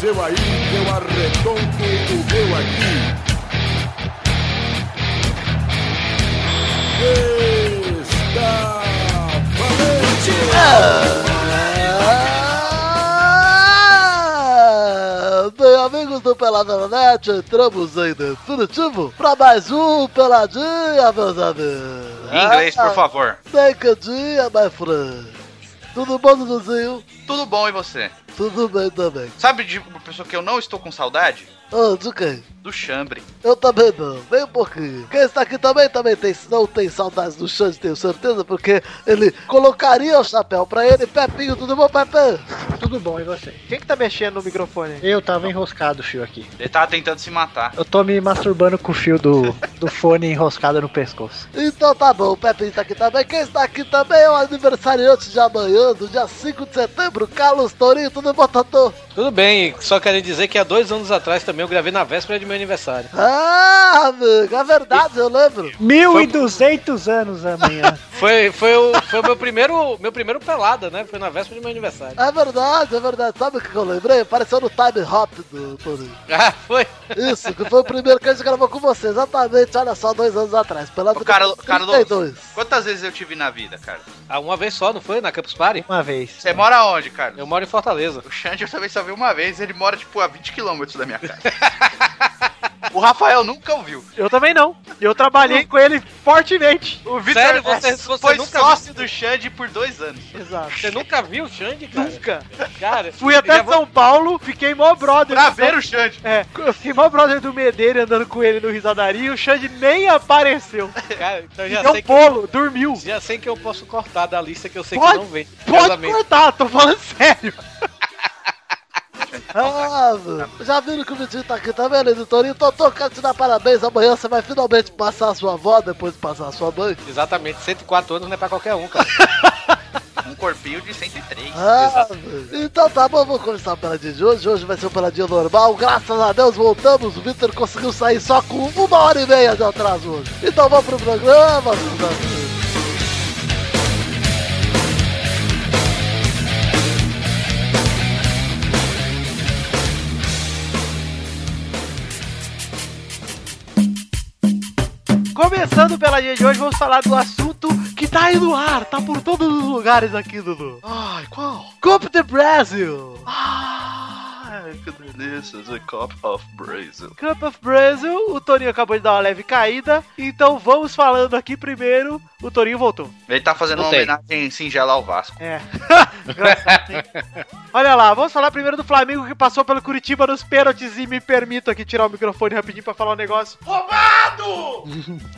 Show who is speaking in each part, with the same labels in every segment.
Speaker 1: seu aí, eu arredonto o meu aqui. Está
Speaker 2: Ah, Bem, amigos do Pelada na Net, entramos em definitivo pra mais um Peladinha, meus amigos.
Speaker 3: Em inglês, por favor.
Speaker 2: Sem candinha, my friend. Tudo bom, Duduzinho?
Speaker 3: Tudo bom e você?
Speaker 2: Tudo bem também.
Speaker 3: Sabe de uma pessoa que eu não estou com saudade?
Speaker 2: Ah, de quem?
Speaker 3: Do chambre.
Speaker 2: Eu também não, bem um pouquinho. Quem está aqui também, também tem, não tem saudades do Xande, tenho certeza, porque ele colocaria o chapéu pra ele. Pepinho, tudo bom, Pepinho?
Speaker 4: Tudo bom, e você?
Speaker 5: Quem que tá mexendo no microfone?
Speaker 4: Eu tava enroscado, fio, aqui.
Speaker 3: Ele tava tentando se matar.
Speaker 4: Eu tô me masturbando com o fio do, do fone enroscado no pescoço.
Speaker 2: Então tá bom, o Pepinho tá aqui também. Quem está aqui também é o aniversariante de amanhã, do dia 5 de setembro, Carlos Torinho, tudo bom, Totô?
Speaker 6: Tudo bem, só quero dizer que há dois anos atrás também eu gravei na véspera de meu aniversário.
Speaker 2: Ah, amigo, é verdade, eu lembro.
Speaker 4: 1200 anos amanhã.
Speaker 6: Foi, foi, o, foi o meu primeiro meu primeiro pelada, né? Foi na véspera de meu aniversário.
Speaker 2: É verdade, é verdade. Sabe o que eu lembrei? Apareceu no time hop do Torinho.
Speaker 6: Ah, foi.
Speaker 2: Isso, que foi o primeiro que a gente gravou com você, exatamente, olha só, dois anos atrás. Pelado
Speaker 3: Ô, Carlo- Carlos.
Speaker 2: 32.
Speaker 3: Quantas vezes eu te vi na vida, cara?
Speaker 6: Ah, uma vez só, não foi? Na Campus Party?
Speaker 4: Uma vez.
Speaker 3: Você mora onde, Carlos?
Speaker 6: Eu moro em Fortaleza.
Speaker 3: O Xande eu também só vi uma vez, ele mora tipo a 20 km da minha casa. o Rafael nunca ouviu.
Speaker 5: Eu também não. Eu trabalhei com ele fortemente.
Speaker 3: O Vitor
Speaker 6: Sério? Você- você
Speaker 3: foi
Speaker 6: nunca
Speaker 3: sócio do Xande por dois anos.
Speaker 5: Exato.
Speaker 6: Ah, Você nunca viu o Xande, cara?
Speaker 5: Nunca.
Speaker 6: Cara,
Speaker 5: Fui até
Speaker 6: já vou-
Speaker 5: São Paulo, fiquei mó brother.
Speaker 3: Pra ver o Xande.
Speaker 5: É, eu fiquei mó brother do Medeiro andando com ele no risadaria e o Xande nem apareceu.
Speaker 6: Cara, então
Speaker 5: Me
Speaker 6: já
Speaker 5: Deu um
Speaker 6: sei,
Speaker 5: bolo, dormiu.
Speaker 6: que, já sei que eu posso cortar da lista que eu sei
Speaker 5: Pode-
Speaker 6: que não vem.
Speaker 5: Pode cortar, tô falando sério.
Speaker 2: Ah, mano. já viram que o Vitinho tá aqui também, além do Torinho? Totô, quero te dar parabéns. Amanhã você vai finalmente passar a sua avó depois de passar a sua mãe.
Speaker 6: Exatamente, 104 anos não é pra qualquer um, cara.
Speaker 3: Um corpinho de 103.
Speaker 2: Ah, mano. então tá bom, vamos começar a peladinha de hoje. Hoje vai ser um peladinho normal. Graças a Deus voltamos. O Vitor conseguiu sair só com uma hora e meia de atraso hoje. Então vamos pro programa, meus amigos.
Speaker 5: Começando pela dia de hoje, vamos falar do assunto que tá aí no ar, tá por todos os lugares aqui, Dudu.
Speaker 3: Ai, qual?
Speaker 5: Copa do Brasil.
Speaker 3: Ai, Ah, que delícia, The Cup of Brazil.
Speaker 5: Cup of Brazil, o Torinho acabou de dar uma leve caída, então vamos falando aqui primeiro. O Torinho voltou.
Speaker 3: Ele tá fazendo uma
Speaker 6: Voltei.
Speaker 3: homenagem singela ao Vasco.
Speaker 5: É. Engraçado, hein? Olha lá, vamos falar primeiro do Flamengo que passou pelo Curitiba nos pênaltis e me permito aqui tirar o microfone rapidinho pra falar um negócio.
Speaker 3: O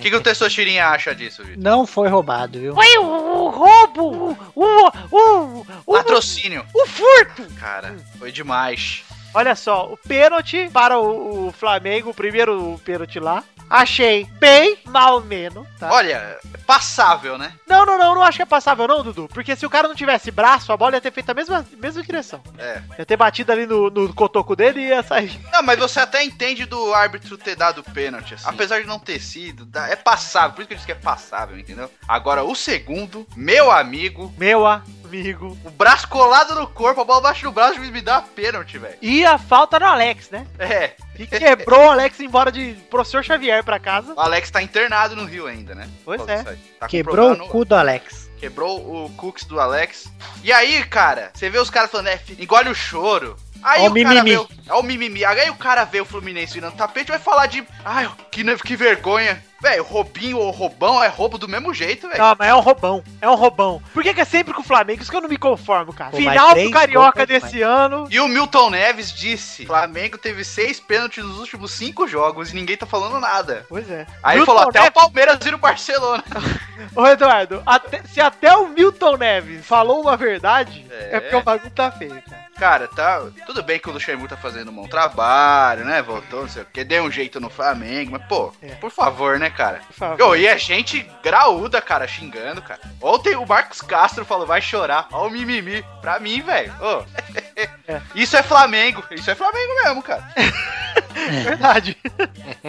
Speaker 3: que, que o Testosterinha acha disso, Vitor?
Speaker 4: Não foi roubado, viu?
Speaker 5: Foi o roubo! O, o,
Speaker 3: Patrocínio.
Speaker 5: furto!
Speaker 3: Cara, foi demais.
Speaker 5: Olha só, o pênalti para o, o Flamengo, o primeiro pênalti lá. Achei bem mal menos, tá?
Speaker 3: Olha, passável, né?
Speaker 5: Não, não, não, não acho que é passável não, Dudu. Porque se o cara não tivesse braço, a bola ia ter feito a mesma, mesma direção.
Speaker 3: É.
Speaker 5: Ia ter batido ali no, no cotoco dele e ia sair.
Speaker 3: Não, mas você até entende do árbitro ter dado pênalti, assim. Apesar de não ter sido, dá- é passável. Por isso que eu disse que é passável, entendeu? Agora, o segundo, meu amigo,
Speaker 5: Meu amigo.
Speaker 3: o braço colado no corpo, a bola abaixo do braço, o juiz me dá pênalti, velho.
Speaker 5: E a falta no Alex, né?
Speaker 3: É,
Speaker 5: Que quebrou o Alex embora de professor Xavier pra casa.
Speaker 3: o Alex tá internado no Rio ainda, né?
Speaker 5: Pois
Speaker 3: Por causa
Speaker 5: é.
Speaker 3: disso aí. Tá com
Speaker 4: Quebrou
Speaker 3: problema no-
Speaker 4: o cu do Alex.
Speaker 3: Quebrou o cookies do Alex. E aí, cara, você vê os caras falando, é, fi- engole o choro. Aí
Speaker 4: Ó
Speaker 3: o
Speaker 4: o
Speaker 3: cara
Speaker 4: mimimi.
Speaker 3: vê o- É o mimimi. Aí o cara vê o Fluminense virando tapete e vai falar de. Ai, que, ne- que vergonha. Velho, roubinho ou roubão é roubo do mesmo jeito, velho.
Speaker 5: Não, mas é um roubão. É um roubão. Por que, que é sempre com o Flamengo? Isso que eu não me conformo, cara.
Speaker 4: Pô, mas
Speaker 5: Final do
Speaker 4: três
Speaker 5: Carioca
Speaker 4: gols,
Speaker 5: desse ano.
Speaker 3: E o Milton Neves disse: Flamengo teve seis pênaltis nos últimos cinco jogos e ninguém tá falando nada.
Speaker 5: Pois é.
Speaker 3: Aí
Speaker 5: Milton
Speaker 3: falou: até
Speaker 5: Neves-
Speaker 3: o Palmeiras vira o Barcelona.
Speaker 5: Ô, Eduardo, até- se até o Milton Neves falou uma verdade,
Speaker 3: É.
Speaker 5: é, porque o bagulho tá feio, cara.
Speaker 3: Cara, tá. Tudo bem que o Luxemburgo tá fazendo um bom trabalho, né? Voltou, não sei o quê. Deu um jeito no Flamengo, mas, pô,
Speaker 5: É.
Speaker 3: por favor, né, cara?
Speaker 5: Por favor.
Speaker 3: Ô, e é gente graúda, cara, xingando, cara. Ontem o Marcos Castro falou, vai chorar. Ó o mimimi. Pra mim, velho. Ô. Isso é Flamengo. Isso é Flamengo mesmo, cara.
Speaker 5: Verdade.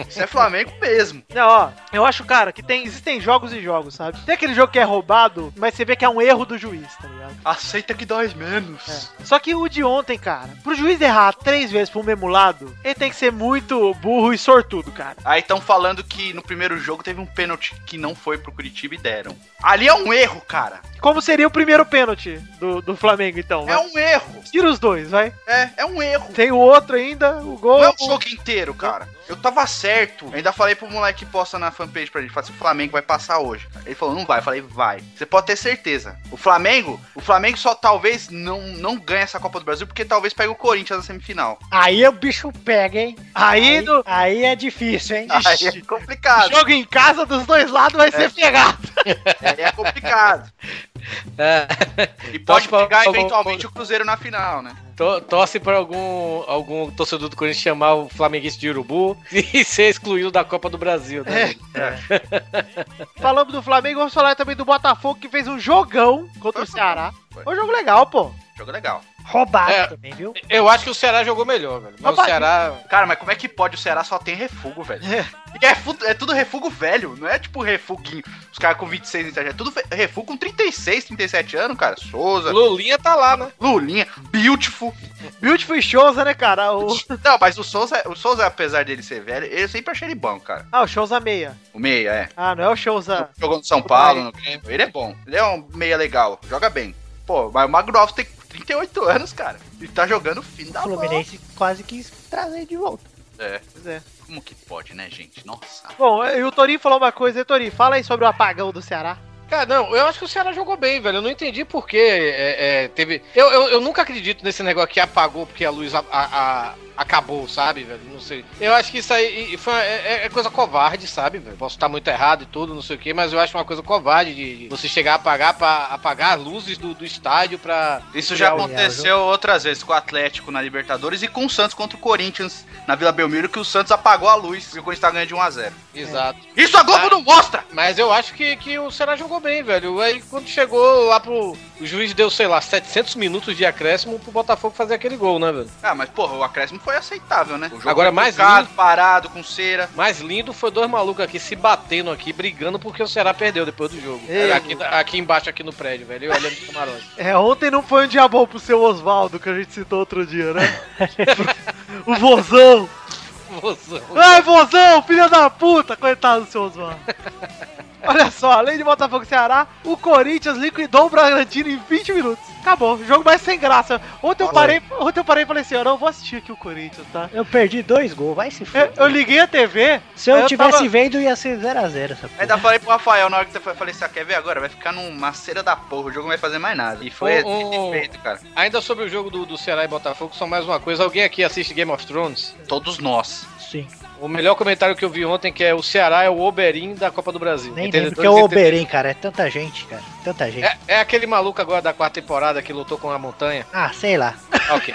Speaker 3: Isso é Flamengo mesmo.
Speaker 5: Não, ó, eu acho, cara, que tem, existem jogos e jogos, sabe? Tem aquele jogo que é roubado, mas você vê que é um erro do juiz, tá ligado?
Speaker 3: Aceita que dói menos.
Speaker 5: É. Só que o de ontem, cara, pro juiz errar três vezes pro mesmo lado, ele tem que ser muito burro e sortudo, cara.
Speaker 3: Aí estão falando que no primeiro jogo teve um pênalti que não foi pro Curitiba e deram. Ali é um erro, cara.
Speaker 5: Como seria o primeiro pênalti do, do Flamengo, então?
Speaker 3: É
Speaker 5: vai?
Speaker 3: um erro.
Speaker 5: Tira os dois, vai.
Speaker 3: É, é um erro.
Speaker 5: Tem o outro ainda, o gol.
Speaker 3: Não é o jogo inteiro, cara. Eu tava certo. Eu ainda falei pro moleque que posta na fanpage pra gente, falei assim, o Flamengo vai passar hoje. cara." Ele falou, não vai. Eu falei, vai. Você pode ter certeza. O Flamengo, o Flamengo só talvez não, não ganhe essa Copa do Brasil, porque talvez pegue o Corinthians na semifinal.
Speaker 7: Aí o bicho pega, hein?
Speaker 5: Aí,
Speaker 7: Aí,
Speaker 5: no
Speaker 7: aí é difícil, hein?
Speaker 3: Aí é complicado.
Speaker 5: jogo em casa dos dois lados vai ser pegado.
Speaker 3: Aí é complicado.
Speaker 6: É,
Speaker 3: E pode
Speaker 5: tipo,
Speaker 6: Então,
Speaker 3: pegar
Speaker 6: vamos-
Speaker 3: eventualmente o Cruzeiro na final, né?
Speaker 6: to- torce pra algum, algum torcedor do Corinthians chamar o Flamenguista de urubu e ser excluído da Copa do Brasil, né?
Speaker 3: É.
Speaker 5: Falamos do Flamengo, vamos falar também do Botafogo que fez um jogão contra o Ceará.
Speaker 3: Foi.
Speaker 5: Foi um jogo legal, pô.
Speaker 3: Jogo legal.
Speaker 7: Roubado
Speaker 6: É.
Speaker 7: também, viu?
Speaker 6: Eu acho que o Ceará jogou melhor, velho. Mas o
Speaker 5: Rapaz,
Speaker 6: Ceará.
Speaker 3: Cara, mas como é que pode? O Ceará só tem refugo, velho. E é, fu- é tudo refugo velho, não é tipo refuguinho. Os caras com 26, 27 é tudo fe- refugo com 36, 37 anos, cara. Souza,
Speaker 6: Lulinha tá lá, né?
Speaker 3: Lulinha, Beautiful.
Speaker 5: Beautiful Shows, né, cara? O...
Speaker 3: Não, mas o Souza, é- o Souza, apesar dele ser velho, eu sempre achei ele bom, cara.
Speaker 5: Ah, o Shows a meia.
Speaker 3: O meia, é.
Speaker 5: Ah, não é o Shows a...
Speaker 3: Jogou no São Paulo, no Grêmio. Ele é bom. Ele é um meia legal, joga bem. Pô, mas o Magnolf tem 38 anos, cara. E tá jogando o fim da
Speaker 7: O
Speaker 3: bola.
Speaker 7: Fluminense quase quis trazer de volta.
Speaker 3: É.
Speaker 5: Pois é.
Speaker 3: Como que pode, né, gente? Nossa.
Speaker 5: Bom, e o Torinho falou uma coisa, e Torinho, fala aí sobre o apagão do Ceará.
Speaker 6: Cara, não, eu acho que o Ceará jogou bem, velho. Eu não entendi por que é, é, teve. Eu, eu, eu nunca acredito nesse negócio que apagou porque a luz a- a- a- acabou, sabe, velho? Não sei. Eu acho que isso aí foi, é, é coisa covarde, sabe, velho? Posso estar muito errado e tudo, não sei o quê, mas eu acho uma coisa covarde de de você chegar a apagar, pra, apagar as luzes do, do estádio pra.
Speaker 3: Isso já
Speaker 6: Real,
Speaker 3: aconteceu outras vezes com o Atlético na Libertadores e com o Santos contra o Corinthians na Vila Belmiro, que o Santos apagou a luz e o Corinthians tá ganhando de 1x0.
Speaker 6: Exato.
Speaker 3: Isso a Globo
Speaker 6: Ah.
Speaker 3: não mostra!
Speaker 6: Mas eu acho que, que o Ceará jogou bem, velho. Aí quando chegou lá pro. O juiz deu, sei lá, 700 minutos de acréscimo pro Botafogo fazer aquele gol, né, velho?
Speaker 3: Ah, mas porra, o acréscimo foi aceitável, né? O jogo
Speaker 6: Agora
Speaker 3: foi
Speaker 6: mais
Speaker 3: truncado,
Speaker 6: lindo.
Speaker 3: parado, com cera.
Speaker 6: Mais lindo foi dois malucos aqui se batendo aqui, brigando porque o Ceará perdeu depois do jogo.
Speaker 5: Ei,
Speaker 6: aqui, aqui embaixo, aqui no prédio, velho. Eu olhando pro camarote.
Speaker 5: É, ontem não foi um dia bom pro seu Oswaldo, que a gente citou outro dia, né? o Vozão.
Speaker 6: Mozão.
Speaker 5: Ai, Vozão, filha da puta, coitado do seu Oswaldo. Olha só, além de Botafogo e Ceará, o Corinthians liquidou o Bragantino em 20 minutos. Acabou, jogo mais sem graça. Ontem eu parei, ontem eu parei e falei assim, eu não vou assistir aqui o Corinthians, tá?
Speaker 7: Eu perdi dois gols, vai se fuder.
Speaker 5: Eu, eu liguei a TV,
Speaker 7: Se eu,
Speaker 5: eu
Speaker 7: tivesse
Speaker 5: tava-
Speaker 7: vendo, ia ser 0x0 essa porra.
Speaker 3: Ainda falei pro Rafael na hora que você foi, falei, você quer ver agora? Vai ficar numa cera da porra, o jogo não vai fazer mais nada. E foi
Speaker 6: Um- um-
Speaker 3: perfeito, cara.
Speaker 6: Ainda sobre o jogo do, do Ceará e Botafogo, só mais uma coisa. Alguém aqui assiste Game of Thrones?
Speaker 3: Todos nós.
Speaker 7: Sim.
Speaker 6: O melhor comentário que eu vi ontem que é o Ceará é o Oberin da Copa do Brasil.
Speaker 7: Nem
Speaker 6: Entendeu?
Speaker 7: lembro que é o Oberyn, cara. É tanta gente, cara. Tanta gente.
Speaker 6: É, é aquele maluco agora da quarta temporada que lutou com a montanha.
Speaker 7: Ah, sei lá.
Speaker 6: Ok.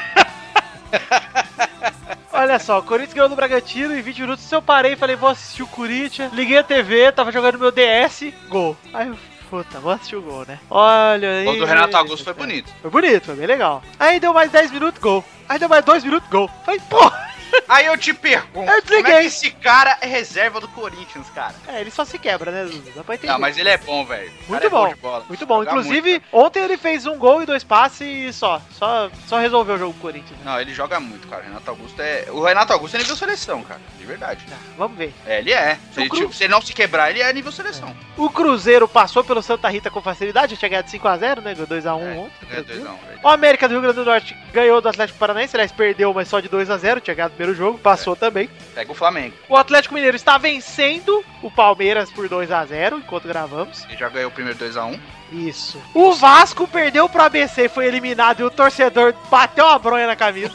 Speaker 5: Olha só, o Corinthians ganhou do Bragantino em 20 minutos. Eu parei e falei, vou assistir o Corinthians. Liguei a TV, tava jogando meu DS, gol. Aí eu, puta, vou assistir o gol, né? Olha aí. é,
Speaker 3: O do Renato Augusto foi bonito.
Speaker 5: Foi bonito, foi bem legal. Aí deu mais 10 minutos, gol. Aí deu mais 2 minutos, gol. Falei, porra!
Speaker 3: Aí eu te pergunto,
Speaker 5: Eu
Speaker 3: como é
Speaker 5: desliguei.
Speaker 3: que esse cara é reserva do Corinthians, cara?
Speaker 5: É, ele só se quebra, né, Dudu? Dá pra entender.
Speaker 3: Não, mas ele é bom, velho. O cara
Speaker 5: Muito
Speaker 3: é
Speaker 5: bom.
Speaker 3: de bola.
Speaker 5: Muito bom.
Speaker 3: Joga
Speaker 5: Inclusive,
Speaker 3: muito,
Speaker 5: ontem ele fez um gol e dois passes e só. Só, só resolveu o jogo do Corinthians. né?
Speaker 3: Não, ele joga muito, cara. O Renato Augusto é. O Renato Augusto é nível seleção, cara. De verdade.
Speaker 5: Tá, vamos ver.
Speaker 3: É, ele é. Se ele,
Speaker 5: Cru-
Speaker 3: tipo, se ele não se quebrar, ele é nível seleção.
Speaker 5: O Cruzeiro passou pelo Santa Rita com facilidade. Tinha ganhado 5x0, né? 2x1
Speaker 3: É,
Speaker 5: ontem.
Speaker 3: É,
Speaker 5: tranquilo.
Speaker 3: dois a um, velho.
Speaker 5: O América do Rio Grande do Norte ganhou do Atlético Paranaense, aliás, perdeu, mas só de 2 a 0 tinha ganhado o primeiro jogo,
Speaker 3: É.
Speaker 5: passou também.
Speaker 3: Pega o Flamengo.
Speaker 5: O Atlético Mineiro está vencendo o Palmeiras por 2 a 0 enquanto gravamos.
Speaker 3: Ele já ganhou o primeiro 2x1.
Speaker 5: Isso. O Vasco perdeu pro ABC, foi eliminado e o torcedor bateu a bronha na camisa.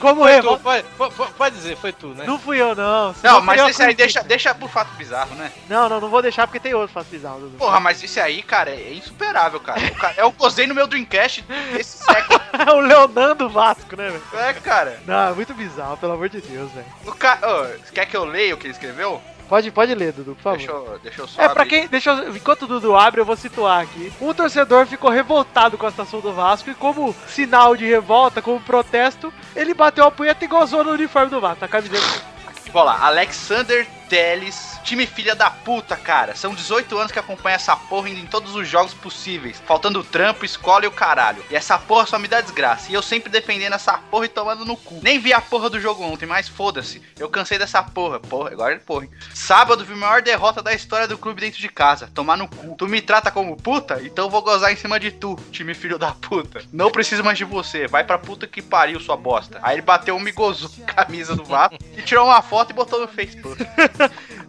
Speaker 5: Como
Speaker 6: Foi tu,
Speaker 5: revolta.
Speaker 6: pode, pode- pode dizer, foi tu, né?
Speaker 5: Não fui eu, não. Senão
Speaker 3: Não,
Speaker 5: fui
Speaker 3: mas
Speaker 5: eu
Speaker 3: esse aí
Speaker 5: acredito.
Speaker 3: deixa, deixa pro fato bizarro, né?
Speaker 5: assim. Não, não, não vou deixar porque tem outro fácil bizarro. Dudu.
Speaker 3: Porra, mas esse aí, cara, é insuperável, cara. O cara- Eu gozei no meu Dreamcast desse século.
Speaker 5: o Leonardo Vasco, né, velho?
Speaker 3: É, cara.
Speaker 5: Não, é muito bizarro, pelo amor de Deus, velho.
Speaker 3: O ca... Ô, você quer que eu leia o que ele escreveu?
Speaker 5: Pode, pode ler, Dudu, por favor.
Speaker 3: Deixa eu, deixa eu só
Speaker 5: É, pra
Speaker 3: abrir.
Speaker 5: quem. Deixa eu, enquanto o Dudu abre, eu vou situar aqui. Um torcedor ficou revoltado com a estação do Vasco e, como sinal de revolta, como protesto, ele bateu a punheta e gozou no uniforme do Vasco. A camiseta.
Speaker 3: Vou lá, Alexander Teles, time filha da puta, cara. São 18 anos que acompanha essa porra indo em todos os jogos possíveis, faltando trampo, escola e o caralho. E essa porra só me dá desgraça. E eu sempre defendendo essa porra e tomando no cu. Nem vi a porra do jogo ontem, mas foda-se. Eu cansei dessa porra. Porra, agora é porra, hein? Sábado vi a maior derrota da história do clube dentro de casa. Tomar no cu. Tu me trata como puta? Então vou gozar em cima de tu, time filho da puta. Não preciso mais de você. Vai pra puta que pariu, sua bosta. Aí ele bateu um me gozou com a camisa do Vasco e tirou uma foto e botou no Facebook.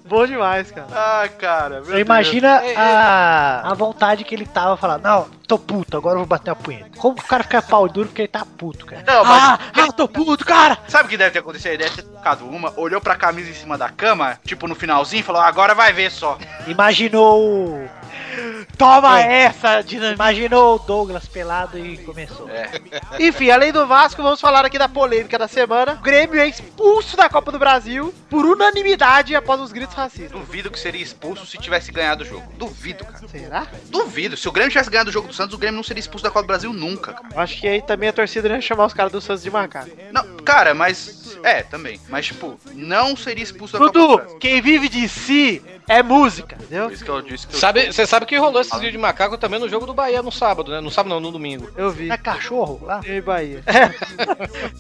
Speaker 5: Bom demais, cara.
Speaker 3: Ah, cara,
Speaker 7: Você imagina a, a vontade que ele tava falar, não, tô puto, agora eu vou bater uma punheta. Como que o cara fica pau duro porque ele tá puto, cara?
Speaker 3: Não, mas
Speaker 5: ah, tô puto, cara!
Speaker 3: sabe o que deve ter acontecido? Ele deve ter tocado uma, olhou pra camisa em cima da cama, tipo no finalzinho, e falou, agora vai ver só.
Speaker 7: Imaginou. o-
Speaker 5: Toma essa, dinamite!
Speaker 7: Imaginou o Douglas pelado e começou.
Speaker 5: Enfim, além do Vasco, vamos falar aqui da polêmica da semana. O Grêmio é expulso da Copa do Brasil por unanimidade após os gritos racistas.
Speaker 3: Duvido que seria expulso se tivesse ganhado o jogo. Duvido, cara.
Speaker 5: Será?
Speaker 3: Duvido. Se o Grêmio tivesse ganhado o jogo do Santos, o Grêmio não seria expulso da Copa do Brasil nunca, cara.
Speaker 5: Eu acho que aí também a torcida não ia chamar os caras do Santos de macaco.
Speaker 3: Não, cara, mas. É, também. Mas, tipo, não seria expulso da Copa do Brasil.
Speaker 5: Dudu, quem vive de si é música, entendeu?
Speaker 3: Por isso que eu disse que eu-
Speaker 6: Sabe, você sabe que rolou esses vídeos de macaco também no jogo do Bahia no sábado, né? No sábado não, no domingo.
Speaker 5: Eu vi.
Speaker 7: É cachorro lá?
Speaker 5: É Bahia.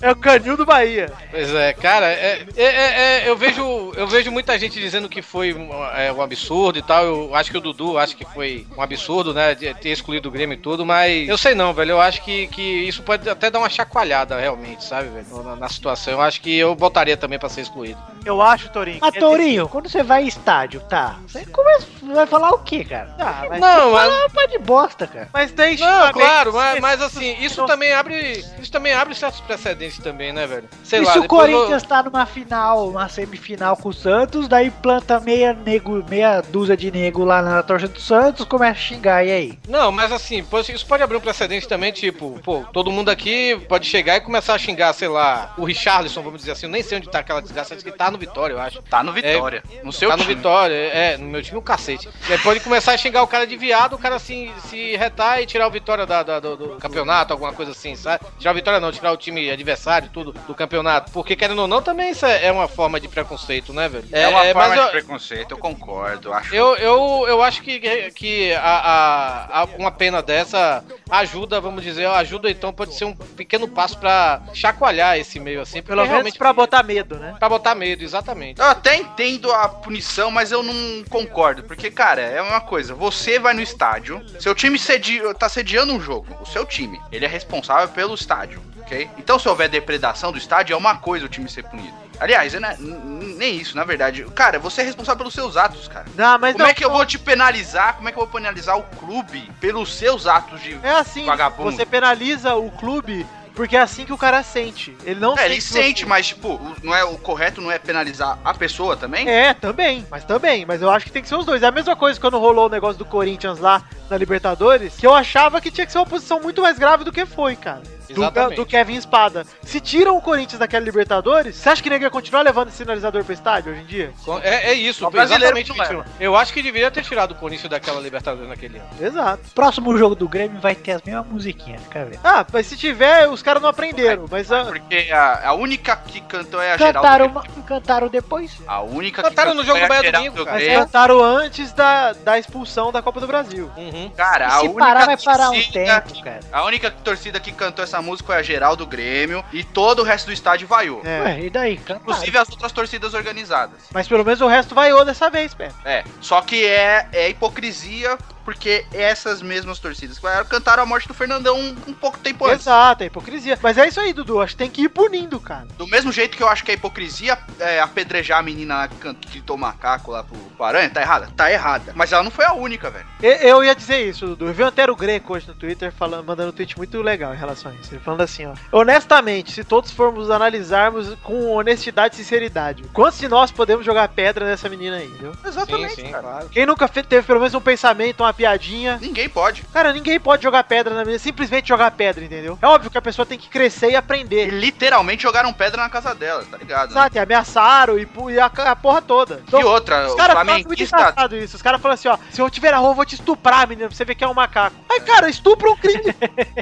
Speaker 5: É, o canil do Bahia.
Speaker 6: Pois é, cara, é, é- é- é- eu, vejo, eu vejo muita gente dizendo que foi um, é, um absurdo e tal. Eu acho que o Dudu acho que foi um absurdo, né? de ter escolhido o Grêmio e tudo, mas eu sei não, velho. Eu acho que, que isso pode até dar uma chacoalhada realmente, sabe, velho? Na, na situação. Eu acho que eu botaria também pra ser excluído.
Speaker 5: Eu acho, Torinho. é
Speaker 7: Mas, Tourinho, quando você vai em estádio, tá? Você começa, vai falar o quê, cara?
Speaker 5: Ah, mas,
Speaker 6: Não, mas.
Speaker 7: Falar pá de bosta, cara.
Speaker 5: mas é. tem
Speaker 6: Não,
Speaker 5: xingamento.
Speaker 6: claro, mas, mas assim, isso
Speaker 7: Então
Speaker 5: não-
Speaker 6: também abre. Isso também abre certos precedentes também, né, velho? Sei
Speaker 7: e
Speaker 6: lá,
Speaker 7: se o
Speaker 6: depois eu-
Speaker 7: Corinthians tá numa final, uma semifinal com o Santos, daí planta meia, nego, meia dúzia de nego lá na torcida do Santos, começa a xingar, e aí?
Speaker 6: Não, mas assim, pô, isso pode abrir um precedente também, tipo, pô, todo mundo aqui pode chegar e começar a xingar, sei lá, o Richarlison, vamos dizer assim, eu nem sei onde tá aquela desgraça, acho que tá no Vitória, eu acho.
Speaker 3: Tá no Vitória. No seu
Speaker 6: tá no
Speaker 3: time.
Speaker 6: Vitória, é, no meu time o cacete. E aí pode começar a xingar o cara de viado, o cara se, se retar e tirar o Vitória da- da- do, do campeonato, alguma coisa assim, sabe? Tirar o Vitória não, tirar o time adversário, tudo, do campeonato. Porque, querendo ou não, também isso é é uma forma de preconceito, né, velho?
Speaker 3: É uma forma
Speaker 6: eu-
Speaker 3: de preconceito, eu concordo. Acho.
Speaker 6: eu, eu, eu acho que, que a, a- a- uma pena dessa ajuda, vamos dizer, ajuda então pode ser um pequeno passo pra chacoalhar esse meio assim, porque
Speaker 5: Pelo menos
Speaker 6: realmente
Speaker 5: pra botar medo, né?
Speaker 6: pra botar medo, exatamente.
Speaker 3: Eu até entendo a punição, mas eu não concordo. Porque, cara, é uma coisa. Você vai no estádio, seu time sedi tá sediando um jogo. O seu time. Ele é responsável pelo estádio, ok? Então, se houver depredação do estádio, é uma coisa o time ser punido. Aliás, é na- n- n- nem isso, na verdade. Cara, você é responsável pelos seus atos, cara.
Speaker 5: Não, mas
Speaker 3: Como
Speaker 5: não.
Speaker 3: é que eu vou te penalizar? Como é que eu vou penalizar o clube pelos seus atos de.
Speaker 5: É assim,
Speaker 3: Vagabundo.
Speaker 5: você penaliza o clube porque é assim que o cara sente. Ele não
Speaker 3: É, ele
Speaker 5: você-
Speaker 3: sente, mas, tipo, o- não é, o correto não é penalizar a pessoa também?
Speaker 5: É, também, mas também. Mas eu acho que tem que ser os dois. É a mesma coisa quando rolou o negócio do Corinthians lá na Libertadores, que eu achava que tinha que ser uma posição muito mais grave do que foi, cara. Do,
Speaker 6: Exatamente.
Speaker 5: do Kevin Espada. Se tiram o Corinthians daquela Libertadores, você acha que ninguém ia continuar levando esse sinalizador pro estádio hoje em dia?
Speaker 6: É, é isso,
Speaker 3: O brasileiro
Speaker 6: exatamente.
Speaker 3: que não
Speaker 6: Vitinho. Eu acho que deveria ter tirado o Corinthians daquela Libertadores naquele ano.
Speaker 5: Exato.
Speaker 7: Próximo jogo do Grêmio vai ter as mesmas musiquinhas, fica vendo.
Speaker 5: Ah, mas se tiver, os caras não aprenderam. Mas ah,
Speaker 3: Porque a, a única que cantou é a
Speaker 7: Cantaram,
Speaker 3: Geraldo.
Speaker 7: uma- cantaram depois?
Speaker 3: A única
Speaker 6: Cantaram
Speaker 3: que é
Speaker 6: no jogo do Bahia
Speaker 3: Geraldo
Speaker 6: domingo,
Speaker 5: mas
Speaker 3: Grego.
Speaker 5: cantaram antes da, da expulsão da Copa do Brasil.
Speaker 6: Uhum.
Speaker 3: Cara, a
Speaker 7: E se
Speaker 3: única
Speaker 7: parar, vai parar um
Speaker 3: torcida-
Speaker 7: tempo, cara.
Speaker 3: A única torcida que cantou essa música foi a geral do Grêmio e todo o resto do estádio vaiou.
Speaker 5: É.
Speaker 7: Ué, e daí? Cantaram.
Speaker 3: Inclusive as outras torcidas organizadas.
Speaker 5: Mas pelo menos o resto vaiou dessa vez, pé.
Speaker 3: É. Só que é, é hipocrisia, porque essas mesmas torcidas que vaiaram cantaram a morte do Fernandão um, um pouco tempo antes.
Speaker 5: Exato, é hipocrisia. Mas é isso aí, Dudu. Acho que tem que ir punindo, cara.
Speaker 3: Do mesmo jeito que eu acho que é hipocrisia é, apedrejar a menina lá que can- que gritou macaco lá pro, pro Aranha, tá errada? Tá errada. Mas ela não foi a única, velho.
Speaker 5: E- Eu ia dizer isso, Dudu. Eu vi o Antero Greco hoje no Twitter falando, mandando um tweet muito legal em relação a isso. Ele falando assim, ó. Honestamente, se todos formos analisarmos com honestidade e sinceridade, quantos de nós podemos jogar pedra nessa menina aí, viu?
Speaker 6: Sim, sim, claro.
Speaker 5: Quem nunca fe- teve pelo menos um pensamento, uma piadinha.
Speaker 3: Ninguém pode.
Speaker 5: Cara, ninguém pode jogar pedra na mesa, simplesmente jogar pedra, entendeu? É óbvio que a pessoa tem que crescer e
Speaker 3: E
Speaker 5: aprender.
Speaker 3: literalmente jogaram pedra na casa dela, tá ligado? né?
Speaker 5: Exato, e ameaçaram e, pu- e a, ca- a porra toda. Então,
Speaker 3: e outra,
Speaker 5: os
Speaker 3: o
Speaker 5: caras fazem muito
Speaker 3: flamenguista
Speaker 5: engraçado isso. Os caras falam assim, ó, se eu tiver a rua, eu vou te estuprar, menino, pra você ver que é um macaco. Ai, cara, estupro é um crime,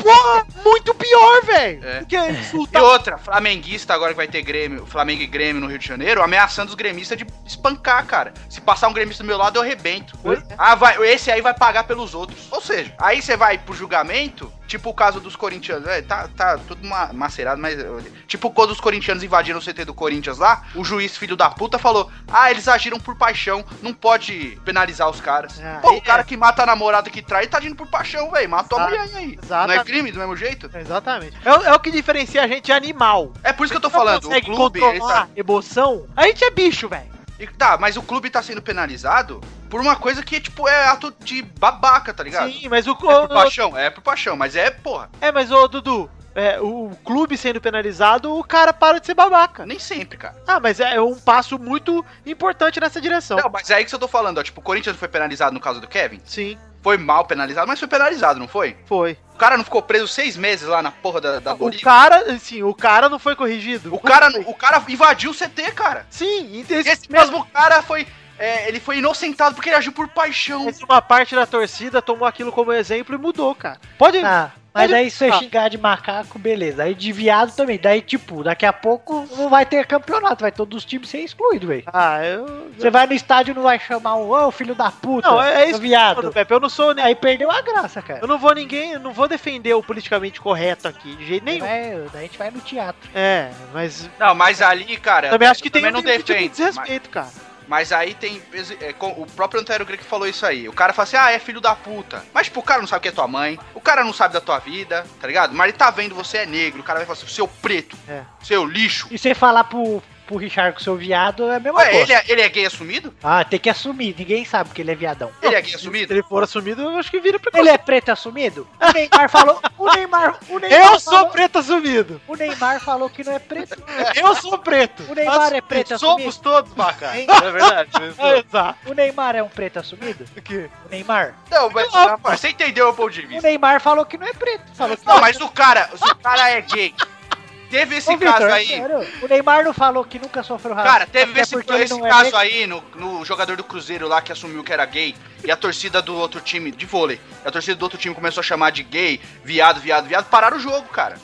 Speaker 5: porra, muito pior, velho.
Speaker 3: É.
Speaker 5: Do que
Speaker 3: E
Speaker 5: insultar
Speaker 3: outra, flamenguista agora que vai ter Grêmio, Flamengo e Grêmio no Rio de Janeiro, ameaçando os gremistas de espancar, cara. Se passar um gremista do meu lado, eu arrebento.
Speaker 5: Pois é.
Speaker 3: Ah, vai, esse aí vai pagar pelos outros. Ou seja, aí você vai pro julgamento, tipo o caso dos corintianos, é, tá, tá tudo ma- macerado, mas é, tipo quando os corintianos invadiram o CT do Corinthians lá, o juiz filho da puta falou: "Ah, eles agiram por paixão, não pode penalizar os caras".
Speaker 5: Ah,
Speaker 3: Pô,
Speaker 5: é.
Speaker 3: o cara que mata a namorada que trai tá agindo por paixão, velho, matou a
Speaker 5: Exato.
Speaker 3: mulher aí. Não é
Speaker 5: Exatamente.
Speaker 3: crime do mesmo jeito?
Speaker 5: Exatamente. É, o- é o que diferencia a gente de animal.
Speaker 3: É por isso que eu tô falando, o
Speaker 5: consegue
Speaker 3: clube, ele tá-
Speaker 5: controlar emoção? A gente é bicho, velho.
Speaker 3: E, tá, mas o clube tá sendo penalizado por uma coisa que, tipo, é ato de babaca, tá ligado?
Speaker 5: Sim, mas o.
Speaker 3: É por
Speaker 5: o-
Speaker 3: paixão, é por paixão, mas é, porra,
Speaker 5: é, mas o Dudu. é, o o clube sendo penalizado, o cara para de ser babaca.
Speaker 3: nem sempre, cara.
Speaker 5: Ah, mas é um passo muito importante nessa direção.
Speaker 3: Não, mas é aí que eu tô falando, ó, tipo, o Corinthians não foi penalizado no caso do Kevin?
Speaker 5: Sim,
Speaker 3: Foi mal penalizado, mas foi penalizado, não foi?
Speaker 5: foi.
Speaker 3: O cara não ficou preso seis meses lá na porra da, da
Speaker 5: O
Speaker 3: Bolívia?
Speaker 5: cara, sim, o cara não foi corrigido.
Speaker 3: O cara, o cara invadiu o CT, cara.
Speaker 5: Sim, ent-
Speaker 3: E
Speaker 5: esse,
Speaker 3: esse mesmo cara foi, é, ele foi inocentado porque ele agiu por paixão.
Speaker 5: esse uma parte da torcida tomou aquilo como exemplo e mudou, cara. Pode.
Speaker 7: Tá, mas
Speaker 5: Ele-
Speaker 7: daí se você
Speaker 5: Ah.
Speaker 7: xingar de macaco, beleza. Aí de viado também. Daí, tipo, daqui a pouco não vai ter campeonato, vai todos os times ser excluídos, velho.
Speaker 5: Ah, eu.
Speaker 7: Você vai no estádio e não vai chamar um, ô filho da puta,
Speaker 5: Não, é
Speaker 7: seu
Speaker 5: isso que eu falo,
Speaker 7: viado.
Speaker 5: Pepe, eu não sou nem.
Speaker 7: Aí perdeu a graça, cara.
Speaker 5: Eu não vou ninguém, eu não vou defender o politicamente correto aqui, de jeito nenhum.
Speaker 7: Vai- daí a gente vai no teatro.
Speaker 5: É, mas
Speaker 3: Não, mas ali, cara...
Speaker 5: também acho que
Speaker 3: eu
Speaker 5: tem
Speaker 3: não
Speaker 5: um limite de
Speaker 3: defendo. mas-
Speaker 5: desrespeito, cara.
Speaker 3: Mas aí tem. é, com- o próprio Antero Greg falou isso aí. O cara fala assim: ah, é filho da puta. Mas, tipo, o cara não sabe que é tua mãe. O cara não sabe da tua vida, tá ligado? Mas ele tá vendo, você é negro. O cara vai falar assim: seu preto,
Speaker 5: É.
Speaker 3: seu lixo.
Speaker 7: E você falar pro, pro Richard que seu viado é a mesma
Speaker 3: Ué,
Speaker 7: coisa.
Speaker 3: ele, é, ele é gay assumido?
Speaker 7: Ah, tem que assumir. Ninguém sabe que ele é viadão.
Speaker 3: Ele é gay
Speaker 5: Se
Speaker 3: assumido?
Speaker 5: ele for assumido, eu acho que vira pra
Speaker 7: Ele é preto assumido? O Neymar falou. O Neymar. O Neymar
Speaker 5: um. Eu sou
Speaker 7: falou-
Speaker 5: preto assumido.
Speaker 7: O Neymar falou que não é preto.
Speaker 5: Eu sou preto.
Speaker 7: O Neymar é preto
Speaker 6: Somos
Speaker 7: assumido.
Speaker 6: todos macacos, é verdade.
Speaker 5: É, Exato.
Speaker 7: O Neymar é um preto assumido?
Speaker 5: O quê?
Speaker 7: O Neymar?
Speaker 3: Não, mas
Speaker 5: Opa.
Speaker 3: rapaz, você entendeu o ponto de
Speaker 7: O
Speaker 3: vista.
Speaker 7: Neymar falou que não é preto. Falou que
Speaker 3: Não, mas o cara, se o cara é gay. Teve esse
Speaker 7: Ô, Vitor,
Speaker 3: caso
Speaker 7: é
Speaker 3: aí.
Speaker 7: sério? O Neymar não falou que nunca sofreu racismo.
Speaker 3: Cara, teve
Speaker 7: Ah, até
Speaker 3: esse,
Speaker 7: porque ele
Speaker 3: esse
Speaker 7: não é
Speaker 3: caso
Speaker 7: negro.
Speaker 3: aí no, no jogador do Cruzeiro lá que assumiu que era gay e a torcida do outro time, de vôlei, a torcida do outro time começou a chamar de gay, viado, viado, viado, pararam o jogo, cara.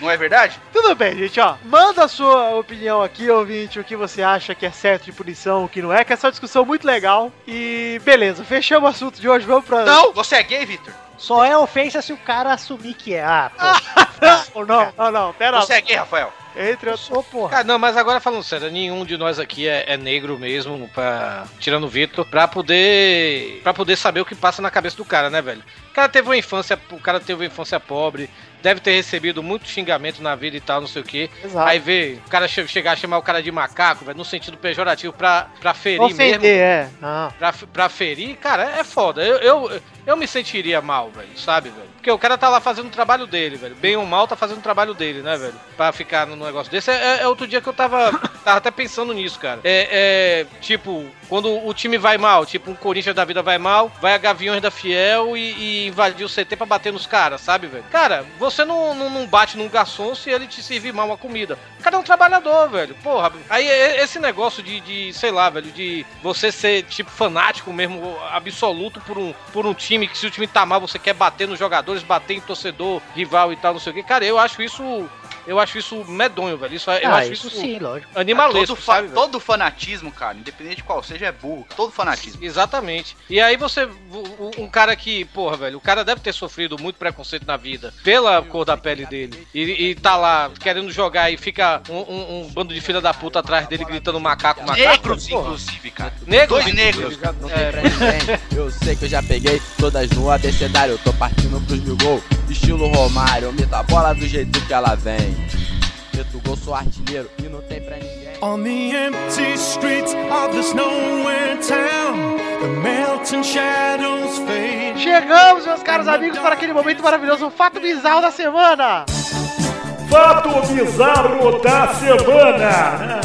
Speaker 3: Não é verdade?
Speaker 5: Tudo bem, gente, ó. Manda a sua opinião aqui, ouvinte, o que você acha que é certo de punição, o que não é, que essa é uma discussão muito legal. E beleza, fechamos o assunto de hoje, vamos pra.
Speaker 3: Não! Você é gay, Vitor?
Speaker 7: Só é ofensa se o cara assumir que é. Ah, pô,
Speaker 5: Ou não, não, não, pera lá.
Speaker 3: Você é gay, Rafael?
Speaker 5: Entre
Speaker 7: eu
Speaker 5: outros.
Speaker 7: sou, porra.
Speaker 6: Cara, não, mas agora falando sério, nenhum de nós aqui é, é negro mesmo, pra, tirando o Vitor, pra poder, pra poder saber o que passa na cabeça do cara, né, velho? O cara teve uma infância, o cara teve uma infância pobre, deve ter recebido muito xingamento na vida e tal, não sei o quê.
Speaker 5: Exato.
Speaker 6: Aí vê o cara che- chegar a chamar o cara de macaco, velho, no sentido pejorativo, pra, pra ferir
Speaker 5: Ofender,
Speaker 6: mesmo.
Speaker 5: é. Ah.
Speaker 6: Pra, pra ferir, cara, é foda. Eu, eu, eu me sentiria mal, velho, sabe, velho? Porque o cara tá lá fazendo o trabalho dele, velho. Bem ou mal, tá fazendo o trabalho dele, né, velho? Pra ficar num negócio desse. É, é- é outro dia que eu tava, tava até pensando nisso, cara. É, é, tipo, quando o time vai mal, tipo, um Corinthians da vida vai mal, vai a Gaviões da Fiel e, e invadir o CT pra bater nos caras, sabe, velho? Cara, você não, não, não bate num garçom se ele te servir mal uma comida. O cara é um trabalhador, velho. Porra, aí é- esse negócio de, de, sei lá, velho, de você ser, tipo, fanático mesmo, absoluto por um, por um time, que se o time tá mal, você quer bater nos jogadores, bater em torcedor, rival e tal, não sei o quê. Cara, eu acho isso. Eu acho isso medonho, velho. Isso, é, eu
Speaker 7: ah,
Speaker 6: acho
Speaker 7: isso
Speaker 6: isso,
Speaker 7: sim, lógico.
Speaker 6: animalesco,
Speaker 3: todo, fa-
Speaker 6: sabe, velho?
Speaker 3: todo fanatismo, cara, independente de qual seja, é burro. Todo fanatismo.
Speaker 6: Exatamente. E aí você. o- o- Um cara que, porra, velho, o cara deve ter sofrido muito preconceito na vida pela cor da pele dele. E, e tá lá querendo jogar e fica um, um- um bando de filha da puta atrás dele gritando macaco, É, macaco.
Speaker 3: Negros, inclusive, cara.
Speaker 6: Negros,
Speaker 3: Dois negros.
Speaker 8: Eu sei que eu já peguei todas no abecedário. Tô partindo pros mil gol, estilo Romário. Mito a bola do jeito que ela vem. Meto gol, sou artilheiro e não tem pra ninguém.
Speaker 9: On the empty streets of this nowhere town, the melting shadows fade.
Speaker 5: Chegamos, meus caros amigos, para aquele momento maravilhoso, o fato bizarro da semana.
Speaker 10: Fato bizarro da semana.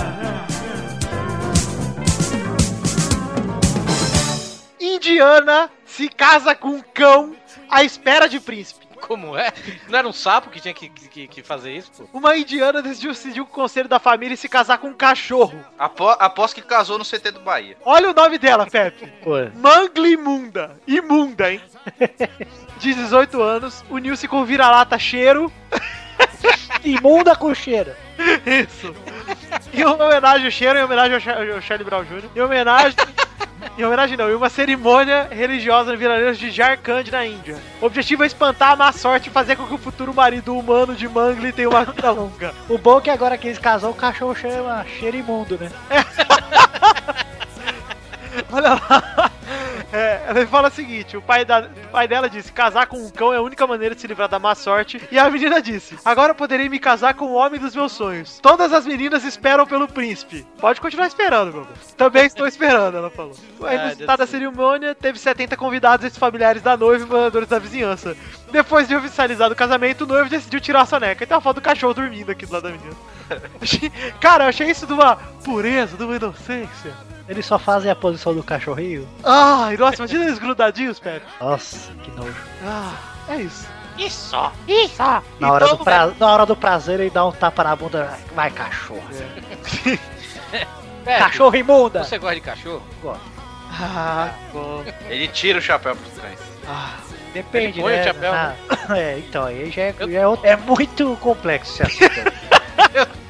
Speaker 5: Indiana se casa com um cão à espera de príncipe.
Speaker 6: Como é? Não era um sapo que tinha que, que, que fazer isso, pô?
Speaker 5: Uma indiana decidiu seguir o conselho da família e se casar com um cachorro.
Speaker 3: Apo- aposto que casou no CT do Bahia.
Speaker 5: Olha o nome dela, Pepe.
Speaker 4: Pô,
Speaker 5: Mangli Imunda. Imunda, hein? De 18 anos, uniu-se com o vira-lata cheiro.
Speaker 7: Imunda com cheiro.
Speaker 5: Isso. Em homenagem ao cheiro, em homenagem ao, Cha- ao Charlie Brown Jr. Em homenagem. Em homenagem não, em uma cerimônia religiosa no vilarejo de Jharkhand, na Índia. O objetivo é espantar a má sorte e fazer com que o futuro marido humano de Mangli tenha uma vida longa.
Speaker 7: O bom é que agora que eles casou, o cachorro chama cheiro imundo, né?
Speaker 5: Olha lá. É, ela fala o seguinte: o pai, da- o pai dela disse: casar com um cão é a única maneira de se livrar da má sorte. E a menina disse: agora poderei me casar com o homem dos meus sonhos. Todas as meninas esperam pelo príncipe. Pode continuar esperando, meu amor. Também estou esperando, ela falou. Aí no estado da cerimônia, teve 70 convidados, esses familiares da noiva e moradores da vizinhança. Depois de oficializado o casamento, o noivo decidiu tirar a soneca. E tem uma foto do cachorro dormindo aqui do lado da menina. Achei- Cara, eu achei isso de uma pureza, de uma inocência.
Speaker 7: Eles só fazem a posição do cachorrinho.
Speaker 5: Ai, Ah, nossa, imagina eles grudadinhos, Pepe.
Speaker 7: Nossa, que nojo.
Speaker 5: Ah, é isso.
Speaker 3: Então
Speaker 7: Na
Speaker 11: Então
Speaker 7: hora, do pra... na hora do prazer, ele dá um tapa na bunda. Vai, cachorro.
Speaker 3: É,
Speaker 6: Pepe,
Speaker 7: É, Cachorro imunda!
Speaker 6: Você gosta de cachorro?
Speaker 5: Ah, bom.
Speaker 3: Ele tira o chapéu pros cães.
Speaker 7: Depende,
Speaker 6: Ele põe
Speaker 7: né?
Speaker 6: o chapéu,
Speaker 7: na- É, então, aí já é, já é, outro- é muito complexo esse assunto.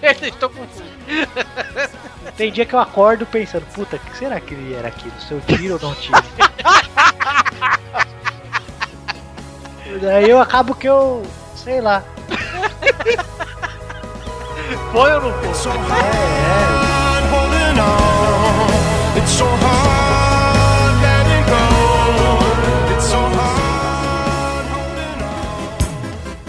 Speaker 6: Eu um estou confuso.
Speaker 7: Tem dia que eu acordo pensando, puta, o que será que ele era aquilo? Se eu tiro ou não tiro? Daí eu acabo que eu. sei lá.
Speaker 5: Foi ou não foi?
Speaker 9: It's so hard holding on. It's so hard letting go. It's so hard holding on.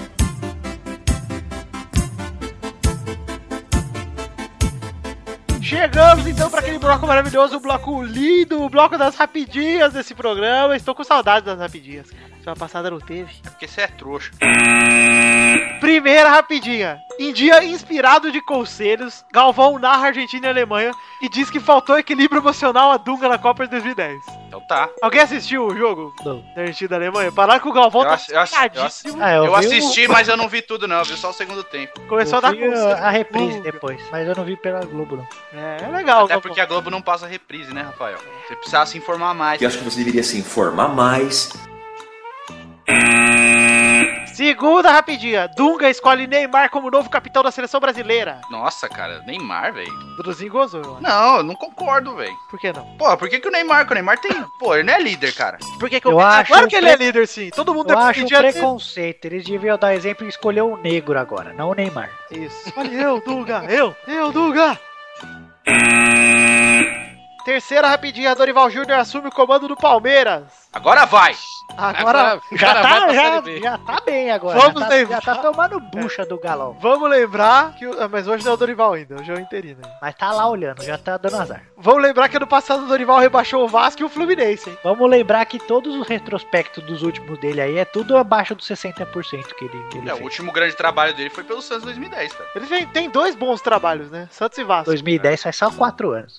Speaker 5: Chegamos então para aquele bloco maravilhoso, o bloco lindo, o bloco das rapidinhas desse programa. Estou com saudade das rapidinhas, cara. Semana passada não teve.
Speaker 3: Porque você é trouxa.
Speaker 5: Primeira rapidinha. Em dia inspirado de conselhos, Galvão narra Argentina e Alemanha e diz que faltou equilíbrio emocional a Dunga na Copa de 2010.
Speaker 3: Então tá.
Speaker 5: Alguém assistiu o jogo?
Speaker 7: Não.
Speaker 5: Da Argentina e Alemanha? Parar que o Galvão
Speaker 3: Eu
Speaker 5: tá
Speaker 3: assi- eu assi- eu assi-
Speaker 5: picadíssimo.
Speaker 7: Ah,
Speaker 3: Eu
Speaker 7: vi o-
Speaker 3: assisti, mas eu não vi tudo não, eu vi só o segundo tempo.
Speaker 5: Começou a
Speaker 7: eu
Speaker 5: dar
Speaker 7: vi
Speaker 5: conselho.
Speaker 7: a reprise
Speaker 5: Dunga.
Speaker 7: depois, mas eu não vi pela Globo, não.
Speaker 5: É, é legal.
Speaker 3: Até
Speaker 5: Galvão.
Speaker 3: porque a Globo não passa reprise, né, Rafael? Você precisava se informar mais.
Speaker 12: Eu acho que você deveria se informar mais.
Speaker 5: Segunda rapidinha. Dunga escolhe Neymar como novo capitão da seleção brasileira.
Speaker 3: Nossa, cara, Neymar, velho.
Speaker 5: Duduzinho gozou, eu acho.
Speaker 3: Não, eu não concordo, velho.
Speaker 5: Por que não?
Speaker 3: Pô, por que, que o Neymar? Que o Neymar tem. Pô, ele não é líder, cara.
Speaker 5: Por que, que
Speaker 7: Eu acho
Speaker 5: Claro
Speaker 7: um
Speaker 5: que ele é
Speaker 7: pre-
Speaker 5: líder, sim. Todo mundo é
Speaker 7: Eu acho um
Speaker 5: defendia ele.
Speaker 7: preconceito. Eles deviam dar exemplo e escolher o negro agora, não o Neymar.
Speaker 5: Isso. Olha, eu, Dunga, eu, eu, Dunga. Terceira rapidinha. Dorival Júnior assume o comando do Palmeiras.
Speaker 3: Agora vai! É,
Speaker 5: Agora,
Speaker 6: o
Speaker 7: Já
Speaker 6: cara vai
Speaker 7: tá,
Speaker 6: pra
Speaker 7: já,
Speaker 6: Série B.
Speaker 7: já tá bem agora.
Speaker 5: Vamos
Speaker 7: já, tá,
Speaker 5: lembrar.
Speaker 7: já tá tomando bucha do galão.
Speaker 5: vamos lembrar que... o- ah, Mas hoje não é o Dorival ainda, hoje é o Interino.
Speaker 7: Mas tá lá olhando, já tá dando azar.
Speaker 5: Vamos lembrar que ano passado o Dorival rebaixou o Vasco e o Fluminense, hein?
Speaker 7: Vamos lembrar que todos os retrospectos dos últimos dele aí é tudo abaixo dos 60% que ele, que ele
Speaker 3: É, o
Speaker 7: fez.
Speaker 3: último grande trabalho dele foi pelo Santos 2010, cara.
Speaker 5: Ele tem- tem dois bons trabalhos, né? Santos e Vasco.
Speaker 7: 2010 faz só 4 anos.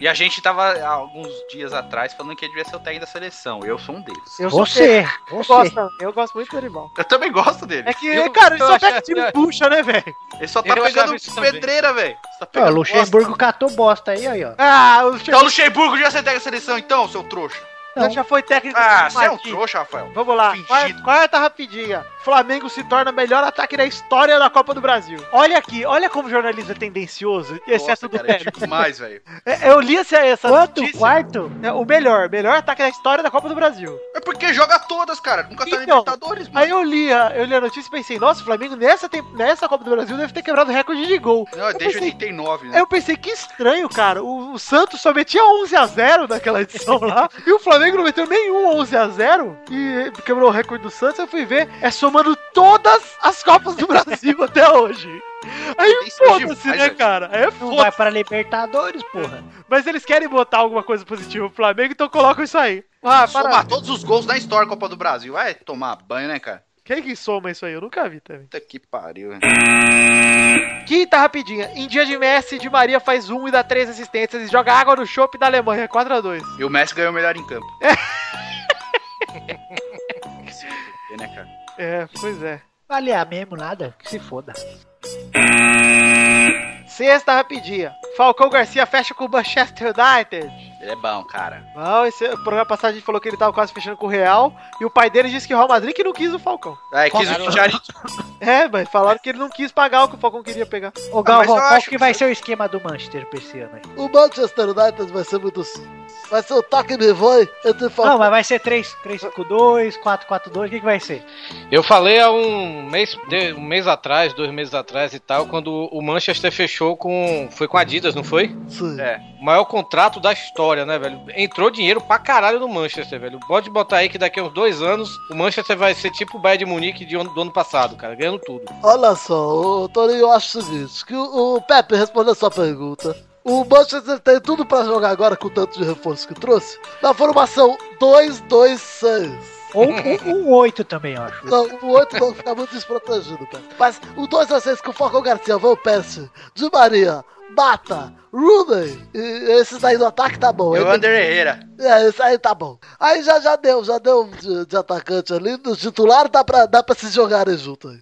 Speaker 3: E a gente tava há alguns dias atrás falando que ele devia ser o técnico da seleção. Eu sou um deles.
Speaker 5: Eu sou
Speaker 7: Você,
Speaker 5: Eu
Speaker 7: você.
Speaker 5: gosto, eu gosto muito do Dorival.
Speaker 3: Eu também gosto dele.
Speaker 5: É que,
Speaker 6: Eu-
Speaker 5: cara, ele
Speaker 6: eu
Speaker 5: só
Speaker 6: achava-
Speaker 5: pega time puxa, né, velho?
Speaker 3: Ele só tá
Speaker 6: Eu
Speaker 3: pegando
Speaker 6: achava isso também.
Speaker 3: pedreira, velho. Só tá
Speaker 7: Ó,
Speaker 3: pegando
Speaker 7: o Luxemburgo catou bosta aí, aí, ó.
Speaker 5: Ah, o
Speaker 3: Então o
Speaker 5: Luxemburgo
Speaker 3: Luxemburgo já você técnico da seleção, então, seu trouxa.
Speaker 7: Não.
Speaker 5: já foi técnico
Speaker 3: Ah,
Speaker 5: do
Speaker 3: você é um
Speaker 5: Martins.
Speaker 3: trouxa, Rafael.
Speaker 5: Vamos lá, é-
Speaker 3: Fingido.
Speaker 5: quarta, quarta rapidinha. Flamengo se torna o melhor ataque da história da Copa do Brasil. Olha aqui, olha como o jornalismo é tendencioso, exceto do
Speaker 3: cara, é
Speaker 5: Pérez.
Speaker 3: tipo mais, velho.
Speaker 5: É, Eu li essa, essa
Speaker 7: Quanto?
Speaker 5: notícia.
Speaker 7: Quarto?
Speaker 5: É, o melhor, melhor ataque da história da Copa do Brasil.
Speaker 3: É porque joga todas, cara. Nunca tá na
Speaker 5: Então,
Speaker 3: Libertadores, mano.
Speaker 5: Aí eu li, a, eu li a notícia e pensei, nossa, o Flamengo nessa, tem- nessa Copa do Brasil deve ter quebrado o recorde de gol.
Speaker 3: Não, é
Speaker 5: eu
Speaker 3: desde
Speaker 5: pensei-
Speaker 3: 89, né?
Speaker 5: Aí eu pensei, que estranho, cara. O, o Santos só metia 11 a 0 naquela edição lá. e o Flamengo não meteu nenhum 11 a 0 E quebrou o recorde do Santos. Eu fui ver, é somando todas as Copas do Brasil até hoje. Aí
Speaker 3: Tem
Speaker 5: foda-se,
Speaker 3: demais,
Speaker 5: né,
Speaker 3: velho.
Speaker 5: cara? Aí é
Speaker 7: Não
Speaker 5: foda
Speaker 7: vai para Libertadores, porra.
Speaker 5: Mas eles querem botar alguma coisa positiva pro Flamengo, então colocam isso aí. Ah, para.
Speaker 3: Somar todos os gols da história da Copa do Brasil. Vai tomar banho, né, cara?
Speaker 5: Quem que soma isso aí? Eu nunca vi também.
Speaker 3: Puta que pariu, hein?
Speaker 5: Quinta rapidinha. Em dia de Messi, de Maria faz um e dá três assistências e joga água no chopp da Alemanha. 4x2.
Speaker 3: E o Messi ganhou o melhor em campo. Que se fuder, né, cara?
Speaker 5: É, pois é.
Speaker 7: Valer mesmo nada, que se foda.
Speaker 5: Sexta rapidinha. Falcão Garcia fecha com o Manchester United.
Speaker 3: Ele é bom, cara.
Speaker 5: Não, esse o programa passado a gente falou que ele tava quase fechando com o Real. E o pai dele disse que o Real Madrid que não quis o Falcão.
Speaker 3: É, quis o Jardim.
Speaker 5: É, mas falaram que ele não quis pagar o que o Falcão queria pegar.
Speaker 7: Ô Galvão,
Speaker 3: eu
Speaker 7: qual
Speaker 3: acho
Speaker 7: que vai ser o esquema do Manchester pra esse ano aí?
Speaker 2: O Manchester United vai ser muito. s- Vai ser o toque me voe entre
Speaker 7: Não,
Speaker 2: Falcão.
Speaker 7: mas vai ser 3, 352, 442, o que, que vai ser?
Speaker 6: Eu falei há um mês, de- um mês atrás, dois meses atrás e tal, quando o Manchester fechou com. Foi com a Adidas, não foi?
Speaker 2: Sim.
Speaker 3: É.
Speaker 6: O maior contrato da história, né, velho? Entrou dinheiro pra caralho no Manchester, velho. Pode botar aí que daqui a uns dois anos o Manchester vai ser tipo o Bayern de Munique de ano- do ano passado, cara, ganhando tudo.
Speaker 3: É
Speaker 2: Olha só, ô, Torinho, eu acho o seguinte: que o, o Pepe respondeu a sua pergunta. O Manchester tem tudo pra jogar agora com o tanto de reforço que trouxe. Na formação 2-2-6.
Speaker 7: Ou um, um 8 também, eu acho.
Speaker 2: Não, o 8 não fica muito desprotegido, cara. Mas o 2 a 6 com o Falcão Garcia, Van Persie, Di Maria, Bata, Rooney, e esses aí do ataque tá bom.
Speaker 3: E
Speaker 2: hein?
Speaker 3: o Ander Herrera.
Speaker 2: É, esse aí tá bom. Aí já, já deu, já deu um de, de atacante ali. No titular dá pra, dá pra se jogarem junto aí.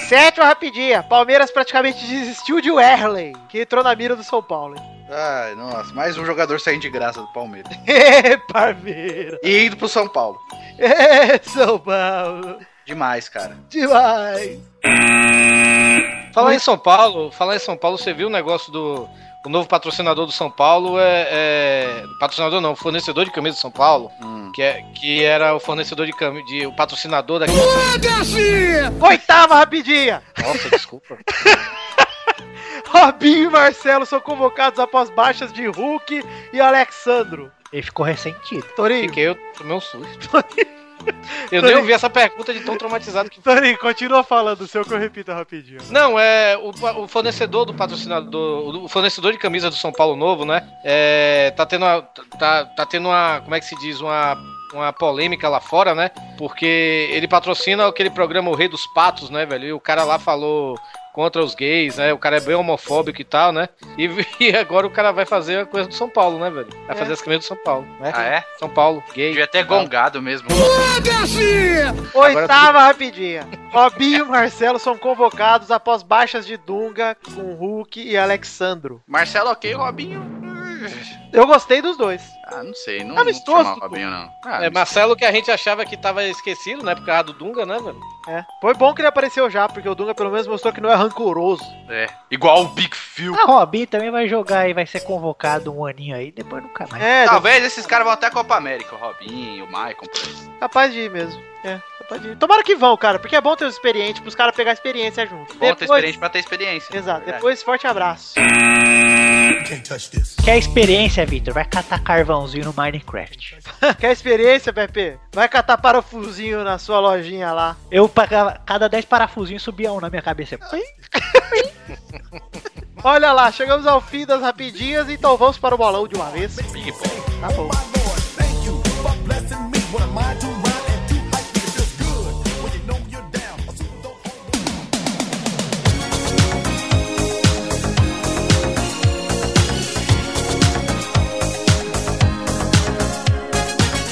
Speaker 5: Sétima rapidinha. Palmeiras praticamente desistiu de Werley, que entrou na mira do São Paulo. hein?
Speaker 3: Ai, nossa. Mais um jogador saindo de graça do Palmeiras.
Speaker 5: Ê, Palmeiras.
Speaker 3: E indo pro São Paulo.
Speaker 5: Ê, São Paulo.
Speaker 3: Demais, cara.
Speaker 5: Demais.
Speaker 6: Falar em São Paulo, falar em São Paulo, você viu o negócio do o novo patrocinador do São Paulo é, é- patrocinador não, fornecedor de camisa do São Paulo,
Speaker 3: Hum.
Speaker 6: que é que era o fornecedor de camisa, de, o patrocinador da
Speaker 5: Oitava rapidinha.
Speaker 6: Nossa, desculpa.
Speaker 5: Robinho e Marcelo são convocados após baixas de Hulk e Alexandro.
Speaker 7: Ele ficou ressentido.
Speaker 5: Torinho,
Speaker 6: Fiquei eu tomei um susto. Eu nem ouvi essa pergunta de tão traumatizado que
Speaker 5: Torinho, continua falando o seu que eu repito rapidinho.
Speaker 6: Não, é o, pa- o fornecedor do patrocinador, o fornecedor de camisa do São Paulo Novo, né? É, tá tendo uma, tá, tá tendo uma, como é que se diz, uma uma polêmica lá fora, né? Porque ele patrocina aquele programa O Rei dos Patos, né, velho? E o cara lá falou contra os gays, né? O cara é bem homofóbico e tal, né? E, e agora o cara vai fazer a coisa do São Paulo, né, velho? Vai fazer as camisas do São Paulo, né?
Speaker 3: Ah, é?
Speaker 6: São Paulo, gay.
Speaker 3: Devia ter gongado mesmo.
Speaker 5: Oitava rapidinha. Robinho e Marcelo são convocados após baixas de Dunga com Hulk e Alexandro.
Speaker 3: Marcelo, ok, Robinho.
Speaker 5: Eu gostei dos dois.
Speaker 3: Ah, não sei. Não,
Speaker 5: Tá
Speaker 3: não
Speaker 5: amistoso,
Speaker 3: chamar o
Speaker 5: pô.
Speaker 3: Robinho, não. Ah,
Speaker 6: É, Marcelo que a gente achava que tava esquecido, né? Por causa do Dunga, né, velho?
Speaker 5: É. Foi bom que ele apareceu já, porque o Dunga pelo menos mostrou que não é rancoroso.
Speaker 3: é. Igual o Big Phil.
Speaker 7: A Robin também vai jogar e vai ser convocado um aninho aí, depois nunca mais.
Speaker 5: É,
Speaker 3: Talvez esses caras vão até a Copa América. O Robinho, o Maicon.
Speaker 5: capaz de ir mesmo. É, capaz de ir. Tomara que vão, cara, porque é bom ter os experientes, pros caras pegar experiência junto.
Speaker 3: Bom ter experiência pra ter experiência.
Speaker 5: Exato,
Speaker 3: Verdade.
Speaker 5: depois forte abraço.
Speaker 7: Quer experiência, Victor? Vai catar carvãozinho no Minecraft.
Speaker 5: Quer experiência, Pepe? Vai catar parafusinho na sua lojinha lá.
Speaker 7: Eu, pagava- cada 10 parafusinhos, subia um na minha cabeça.
Speaker 5: Olha lá, chegamos ao fim das rapidinhas, então vamos para o bolão de uma vez. Tá bom.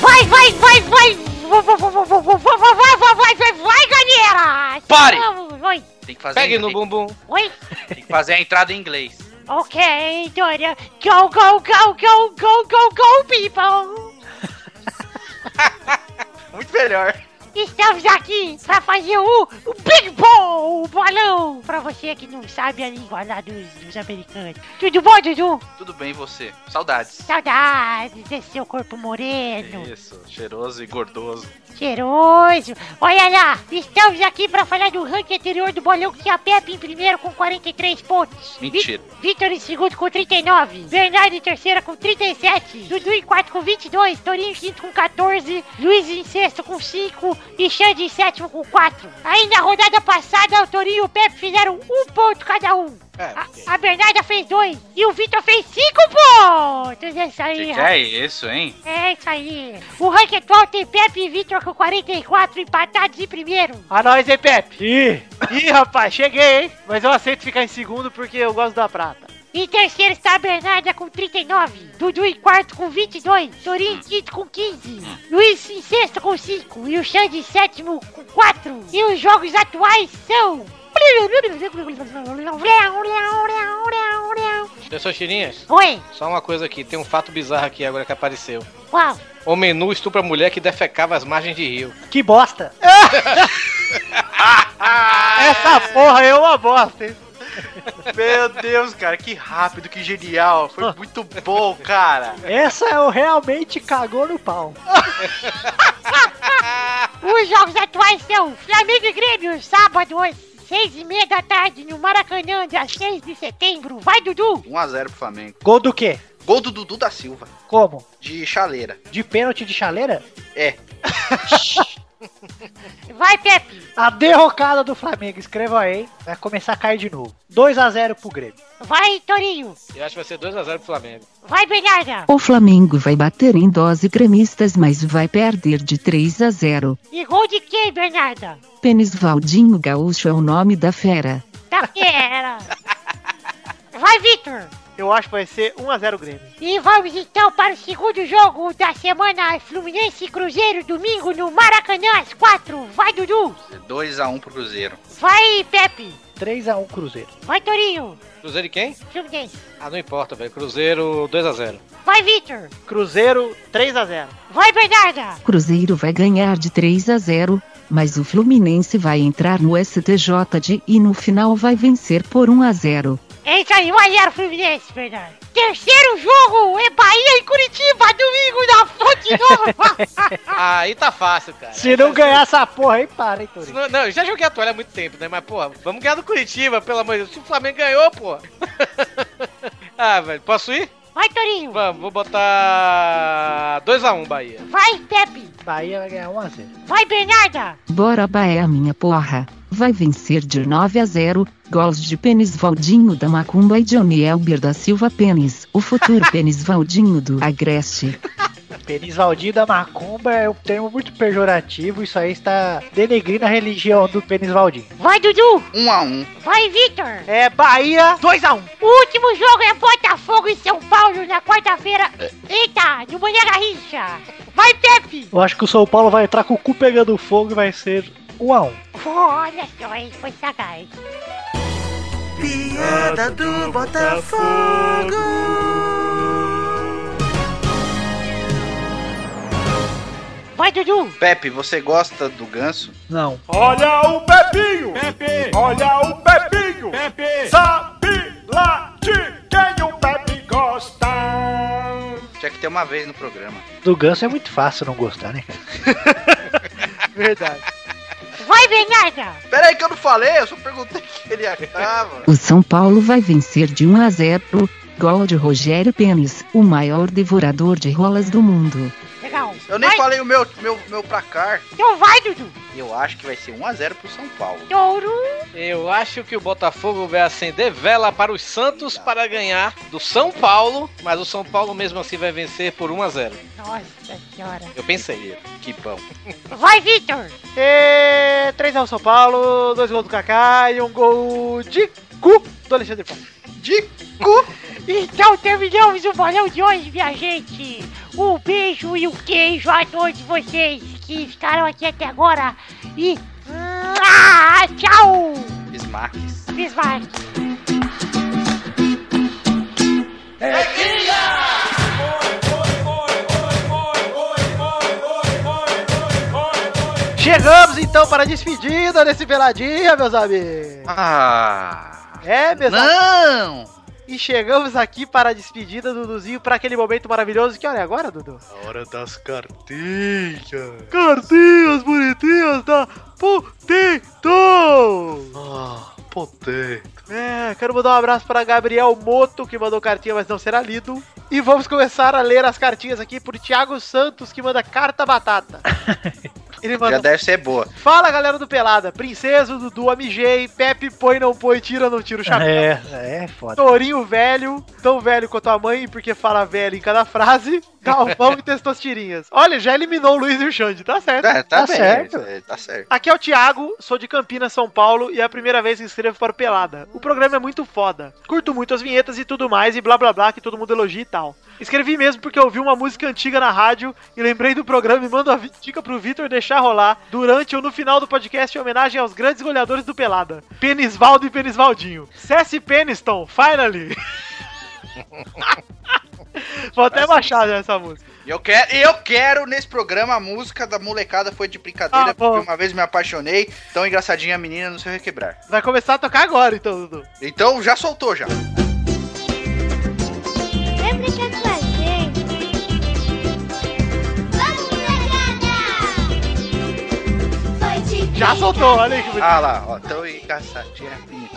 Speaker 11: Vai, vai, vai, vai! Vai, vai, vai, vai, vai, vai, vai, vai, vai, vai, galera!
Speaker 3: Pare!
Speaker 11: Vamos, Vai!
Speaker 3: Tem que fazer,
Speaker 6: Pegue no
Speaker 3: tem-
Speaker 6: bumbum.
Speaker 11: Oi?
Speaker 3: tem que fazer a entrada em inglês.
Speaker 11: Ok, Dora. Go, go, go, go, go, go, go, people!
Speaker 3: Muito melhor.
Speaker 11: Estamos aqui pra fazer o o Big Ball, o bolão! Pra você que não sabe a língua lá dos, dos americanos. Tudo bom, Dudu?
Speaker 3: Tudo bem, e você? Saudades.
Speaker 11: Saudades desse seu corpo moreno.
Speaker 3: Isso, cheiroso e gordoso.
Speaker 11: Cheiroso! Olha lá, estamos aqui para falar do ranking anterior do bolão que tinha Pepe em primeiro com 43 pontos.
Speaker 3: Mentira.
Speaker 11: Vi- Vitor em segundo com 39. Bernardo em terceira com 37. Dudu em quarto com 22. Torinho em quinto com 14. Luiz em sexto com 5. E Xande em sétimo com 4. Aí na rodada passada, o Torinho e o Pepe fizeram um ponto cada um.
Speaker 6: É,
Speaker 11: A- A Bernarda fez dois e o Vitor fez cinco pontos. É isso aí,
Speaker 3: Que que
Speaker 11: rapaz.
Speaker 3: é isso, hein?
Speaker 11: É isso aí. O ranking atual tem Pepe e Vitor com 44 empatados em primeiro.
Speaker 5: A nós, hein, Pepe? Ih! Ih, rapaz, cheguei, hein? Mas eu aceito ficar em segundo porque eu gosto da prata.
Speaker 11: Em terceiro está a Bernarda com 39, Dudu em quarto com 22, Torinho em quinto com 15, Luiz em sexto com 5 e o Xande em sétimo com 4. E os jogos atuais são...
Speaker 6: Pessoas tirinhas?
Speaker 11: Oi,
Speaker 6: Só uma coisa aqui, tem um fato bizarro aqui agora que apareceu.
Speaker 11: qual?
Speaker 6: Homem nu estupra mulher que defecava às margens de rio.
Speaker 7: Que bosta!
Speaker 5: Essa porra é uma bosta, hein?
Speaker 3: Meu Deus, cara, que rápido, que genial. Foi muito bom, cara.
Speaker 7: Essa eu realmente cagou no pau.
Speaker 11: Os jogos atuais são Flamengo e Grêmio, sábado, às 6 e meia da tarde, no Maracanã, dia 6 de setembro. Vai, Dudu!
Speaker 3: 1x0 pro Flamengo.
Speaker 7: Gol do quê?
Speaker 3: Gol do Dudu da Silva,
Speaker 7: Como?
Speaker 3: de chaleira.
Speaker 7: De pênalti de chaleira?
Speaker 3: É.
Speaker 11: Vai, Pepe!
Speaker 7: A derrocada do Flamengo, escrevam aí, vai começar a cair de novo. 2x0 pro Grêmio.
Speaker 11: Vai, Torinho!
Speaker 6: Eu acho que vai ser 2x0 pro Flamengo.
Speaker 11: Vai, Bernarda!
Speaker 13: O Flamengo vai bater em 12 gremistas, mas vai perder de 3 a 0.
Speaker 11: E gol de quem, Bernarda?
Speaker 13: Pênis Valdinho Gaúcho é o nome da fera.
Speaker 11: Da fera! Vai, Vitor!
Speaker 5: Eu acho que vai ser 1x0 Grêmio.
Speaker 11: E vamos então para o segundo jogo da semana Fluminense e Cruzeiro, domingo no Maracanã, às 4. Vai, Dudu!
Speaker 3: 2x1 pro Cruzeiro.
Speaker 11: Vai, Pepe!
Speaker 7: 3x1 Cruzeiro.
Speaker 11: Vai, Torinho!
Speaker 6: Cruzeiro e quem?
Speaker 11: Fluminense!
Speaker 6: Ah, não importa, velho. Cruzeiro 2x0.
Speaker 11: Vai, Vitor!
Speaker 5: Cruzeiro 3x0.
Speaker 11: Vai, Bernarda!
Speaker 13: Cruzeiro vai ganhar de 3 a 0, mas o Fluminense vai entrar no STJ de e no final vai vencer por 1 a 0.
Speaker 11: Entra aí, 1x0 Fluminense, Bernardo. Terceiro jogo é Bahia e Curitiba, domingo na Fonte Nova.
Speaker 6: Aí tá fácil, cara.
Speaker 7: Se não ganhar essa porra aí, para, hein,
Speaker 6: Se
Speaker 7: Torinho.
Speaker 6: Não, não, eu já joguei a toalha há muito tempo, né? Mas, porra, vamos ganhar do Curitiba, pelo amor de Deus. Se o Flamengo ganhou, porra. ah, velho, posso ir?
Speaker 11: Vai, Torinho.
Speaker 6: Vamos, vou botar 2x1 Bahia.
Speaker 11: Vai, Pepe.
Speaker 7: Bahia vai ganhar 1x0.
Speaker 11: Vai, Bernarda.
Speaker 13: Bora Bahia, minha porra. Vai vencer de 9 a 0, gols de Pênis Valdinho da Macumba e Johnny Elber da Silva Pênis, o futuro Pênis Valdinho do Agreste.
Speaker 7: Penisvaldinho da Macumba é um termo muito pejorativo, isso aí está denegrindo a religião do Penisvaldinho.
Speaker 11: Vai, Dudu.
Speaker 3: 1x1.
Speaker 11: Vai, Vitor.
Speaker 5: É Bahia 2x1.
Speaker 11: O último jogo é Botafogo e São Paulo na quarta-feira. Eita, no Mané Garrincha. Vai, Pepe.
Speaker 7: Eu acho que o São Paulo vai entrar com o cu pegando fogo e vai ser 1x1.
Speaker 11: Olha só, hein? Foi sacanagem.
Speaker 9: Piada do Botafogo.
Speaker 11: Vai, Dudu.
Speaker 3: Pepe, você gosta do ganso?
Speaker 7: Não.
Speaker 10: Olha o Pepinho! Pepe! Olha o Pepinho! Pepe! Sabe lá de quem o Pepe gosta?
Speaker 3: Tinha que ter uma vez no programa.
Speaker 7: Do Ganso é muito fácil não gostar, né, cara?
Speaker 5: Verdade.
Speaker 11: Vai, Bernarda.
Speaker 3: Pera aí que eu não falei, eu só perguntei que ele achava.
Speaker 13: O São Paulo vai vencer de 1 a 0, gol de Rogério Pênis, o maior devorador de rolas do mundo.
Speaker 11: Legal.
Speaker 3: Eu nem
Speaker 11: vai.
Speaker 3: falei o meu, meu, meu placar.
Speaker 11: Então vai, Dudu.
Speaker 3: Eu acho que vai ser 1x0 pro São Paulo.
Speaker 11: Touro.
Speaker 6: Eu acho que o Botafogo vai acender vela para os Santos para ganhar do São Paulo, mas o São Paulo mesmo assim vai vencer por 1x0.
Speaker 11: Nossa senhora.
Speaker 6: Eu pensei.
Speaker 3: Que bom.
Speaker 11: Vai, Vitor.
Speaker 5: E 3x1 São Paulo, dois gols do Kaká e um gol de cu do Alexandre Pão.
Speaker 3: De cu!
Speaker 11: Então terminamos o bolão de hoje, minha gente. Um beijo e um queijo a todos vocês que ficaram aqui até agora. E ah, tchau,
Speaker 3: Smaques.
Speaker 11: Bismarck.
Speaker 5: Chegamos então para a despedida desse peladinha, meus amigos.
Speaker 3: Ah.
Speaker 5: É, meus amigos.
Speaker 3: Não!
Speaker 5: E chegamos aqui para a despedida do Duduzinho para aquele momento maravilhoso que olha agora, Dudu.
Speaker 1: A hora das cartinhas.
Speaker 5: Cartinhas bonitinhas da Potato!
Speaker 1: Ah, potente.
Speaker 5: É, quero mandar um abraço para Gabriel Moto, que mandou cartinha, mas não será lido. E vamos começar a ler as cartinhas aqui por Thiago Santos, que manda carta batata. Ele
Speaker 3: Já
Speaker 5: mandou.
Speaker 3: deve ser boa.
Speaker 5: Fala galera do Pelada, Princesa, Dudu, Amigei, Pepe, põe, não põe, tira, não tira o chapéu.
Speaker 7: É, é foda.
Speaker 5: Tourinho velho, tão velho quanto a mãe, porque fala velho em cada frase. Galvão e testostirinhas. Olha, já eliminou o Luiz e o Xande, tá certo.
Speaker 3: É, tá, bem,
Speaker 5: certo.
Speaker 3: é, Tá certo.
Speaker 5: Aqui é o Thiago, sou de Campinas, São Paulo, e é a primeira vez que escrevo para o Pelada. O programa é muito foda. Curto muito as vinhetas e tudo mais, e blá blá blá, que todo mundo elogia e tal. Escrevi mesmo porque ouvi uma música antiga na rádio e lembrei do programa e mando a vi- dica pro Vitor deixar rolar durante ou no final do podcast em homenagem aos grandes goleadores do Pelada. Penisvaldo e Penisvaldinho. Cess Peniston, finally! Vou até baixar já essa música.
Speaker 3: E eu quero, e eu quero nesse programa a música da molecada foi de brincadeira,
Speaker 5: Ah, bom.
Speaker 3: porque uma vez me apaixonei, tão engraçadinha a menina no seu requebrar.
Speaker 5: Vai começar a tocar agora, então, Dudu.
Speaker 3: Então já soltou já.
Speaker 14: Vem brincar é com a gente. Vamos, molecada! Foi de
Speaker 5: Já soltou, olha aí que
Speaker 3: Ah lá, ó, tão engraçadinha a menina.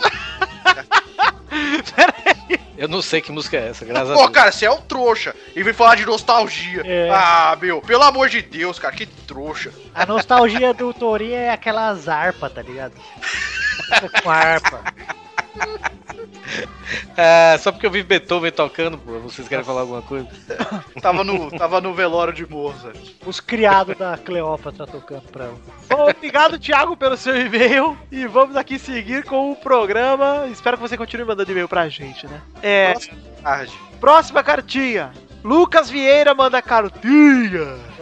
Speaker 6: Eu não sei que música é essa, graças a
Speaker 3: Pô,
Speaker 6: Deus.
Speaker 3: cara, você é um trouxa. E vem falar de nostalgia.
Speaker 5: É.
Speaker 3: Ah, meu, pelo amor de Deus, cara, que trouxa.
Speaker 7: A nostalgia do Tourinho é aquela zarpa, tá ligado? Com a harpa.
Speaker 6: Ah, só porque eu vi Beethoven tocando, pô, vocês querem falar alguma coisa?
Speaker 3: Tava no, tava no velório de Mozart.
Speaker 7: Os criados da Cleópatra tocando pra um. ela.
Speaker 5: Bom, obrigado, Thiago, pelo seu e-mail. E vamos aqui seguir com o programa. Espero que você continue mandando e-mail pra gente, né? É.
Speaker 3: Tarde.
Speaker 5: Próxima cartinha. Lucas Vieira manda cartinha.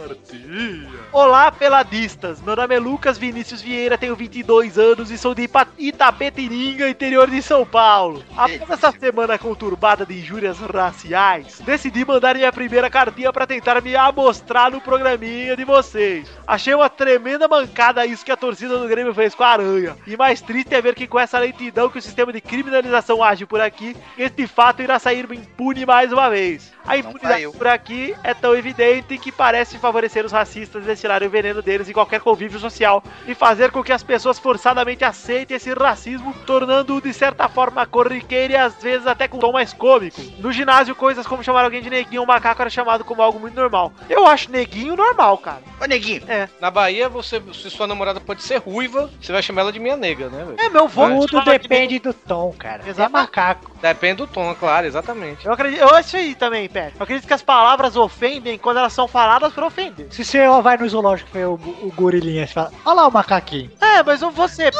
Speaker 5: Olá, peladistas. Meu nome é Lucas Vinícius Vieira, tenho 22 anos e sou de Ipa- Itapetininga, interior de São Paulo. Após essa semana conturbada de injúrias raciais, decidi mandar minha primeira cartinha para tentar me amostrar no programinha de vocês. Achei uma tremenda mancada isso que a torcida do Grêmio fez com a Aranha. E mais triste é ver que com essa lentidão que o sistema de criminalização age por aqui, este fato irá sair impune mais uma vez. A impunidade
Speaker 3: saiu.
Speaker 5: por aqui é tão evidente que parece favorecer os racistas destilarem o veneno deles em qualquer convívio social e fazer com que as pessoas forçadamente aceitem esse racismo, tornando-o de certa forma corriqueiro e às vezes até com um tom mais cômico. No ginásio, coisas como chamar alguém de neguinho ou macaco era chamado como algo muito normal. Eu acho neguinho normal, cara.
Speaker 3: Ô, neguinho.
Speaker 5: É.
Speaker 6: Na Bahia, você, se sua namorada pode ser ruiva, você vai chamar ela de minha nega, né? velho?
Speaker 5: É, meu vô
Speaker 6: Mas-
Speaker 5: Tudo
Speaker 7: Depende do tom, cara. É macaco.
Speaker 6: Depende do tom, claro, exatamente.
Speaker 5: Eu acredito, eu acho isso aí também, Pet. Eu acredito que as palavras ofendem quando elas são faladas pra ofender.
Speaker 7: Se você ó, vai no zoológico ver o, o gorilinha, você fala, olha lá o macaquinho.
Speaker 5: É, mas ou você.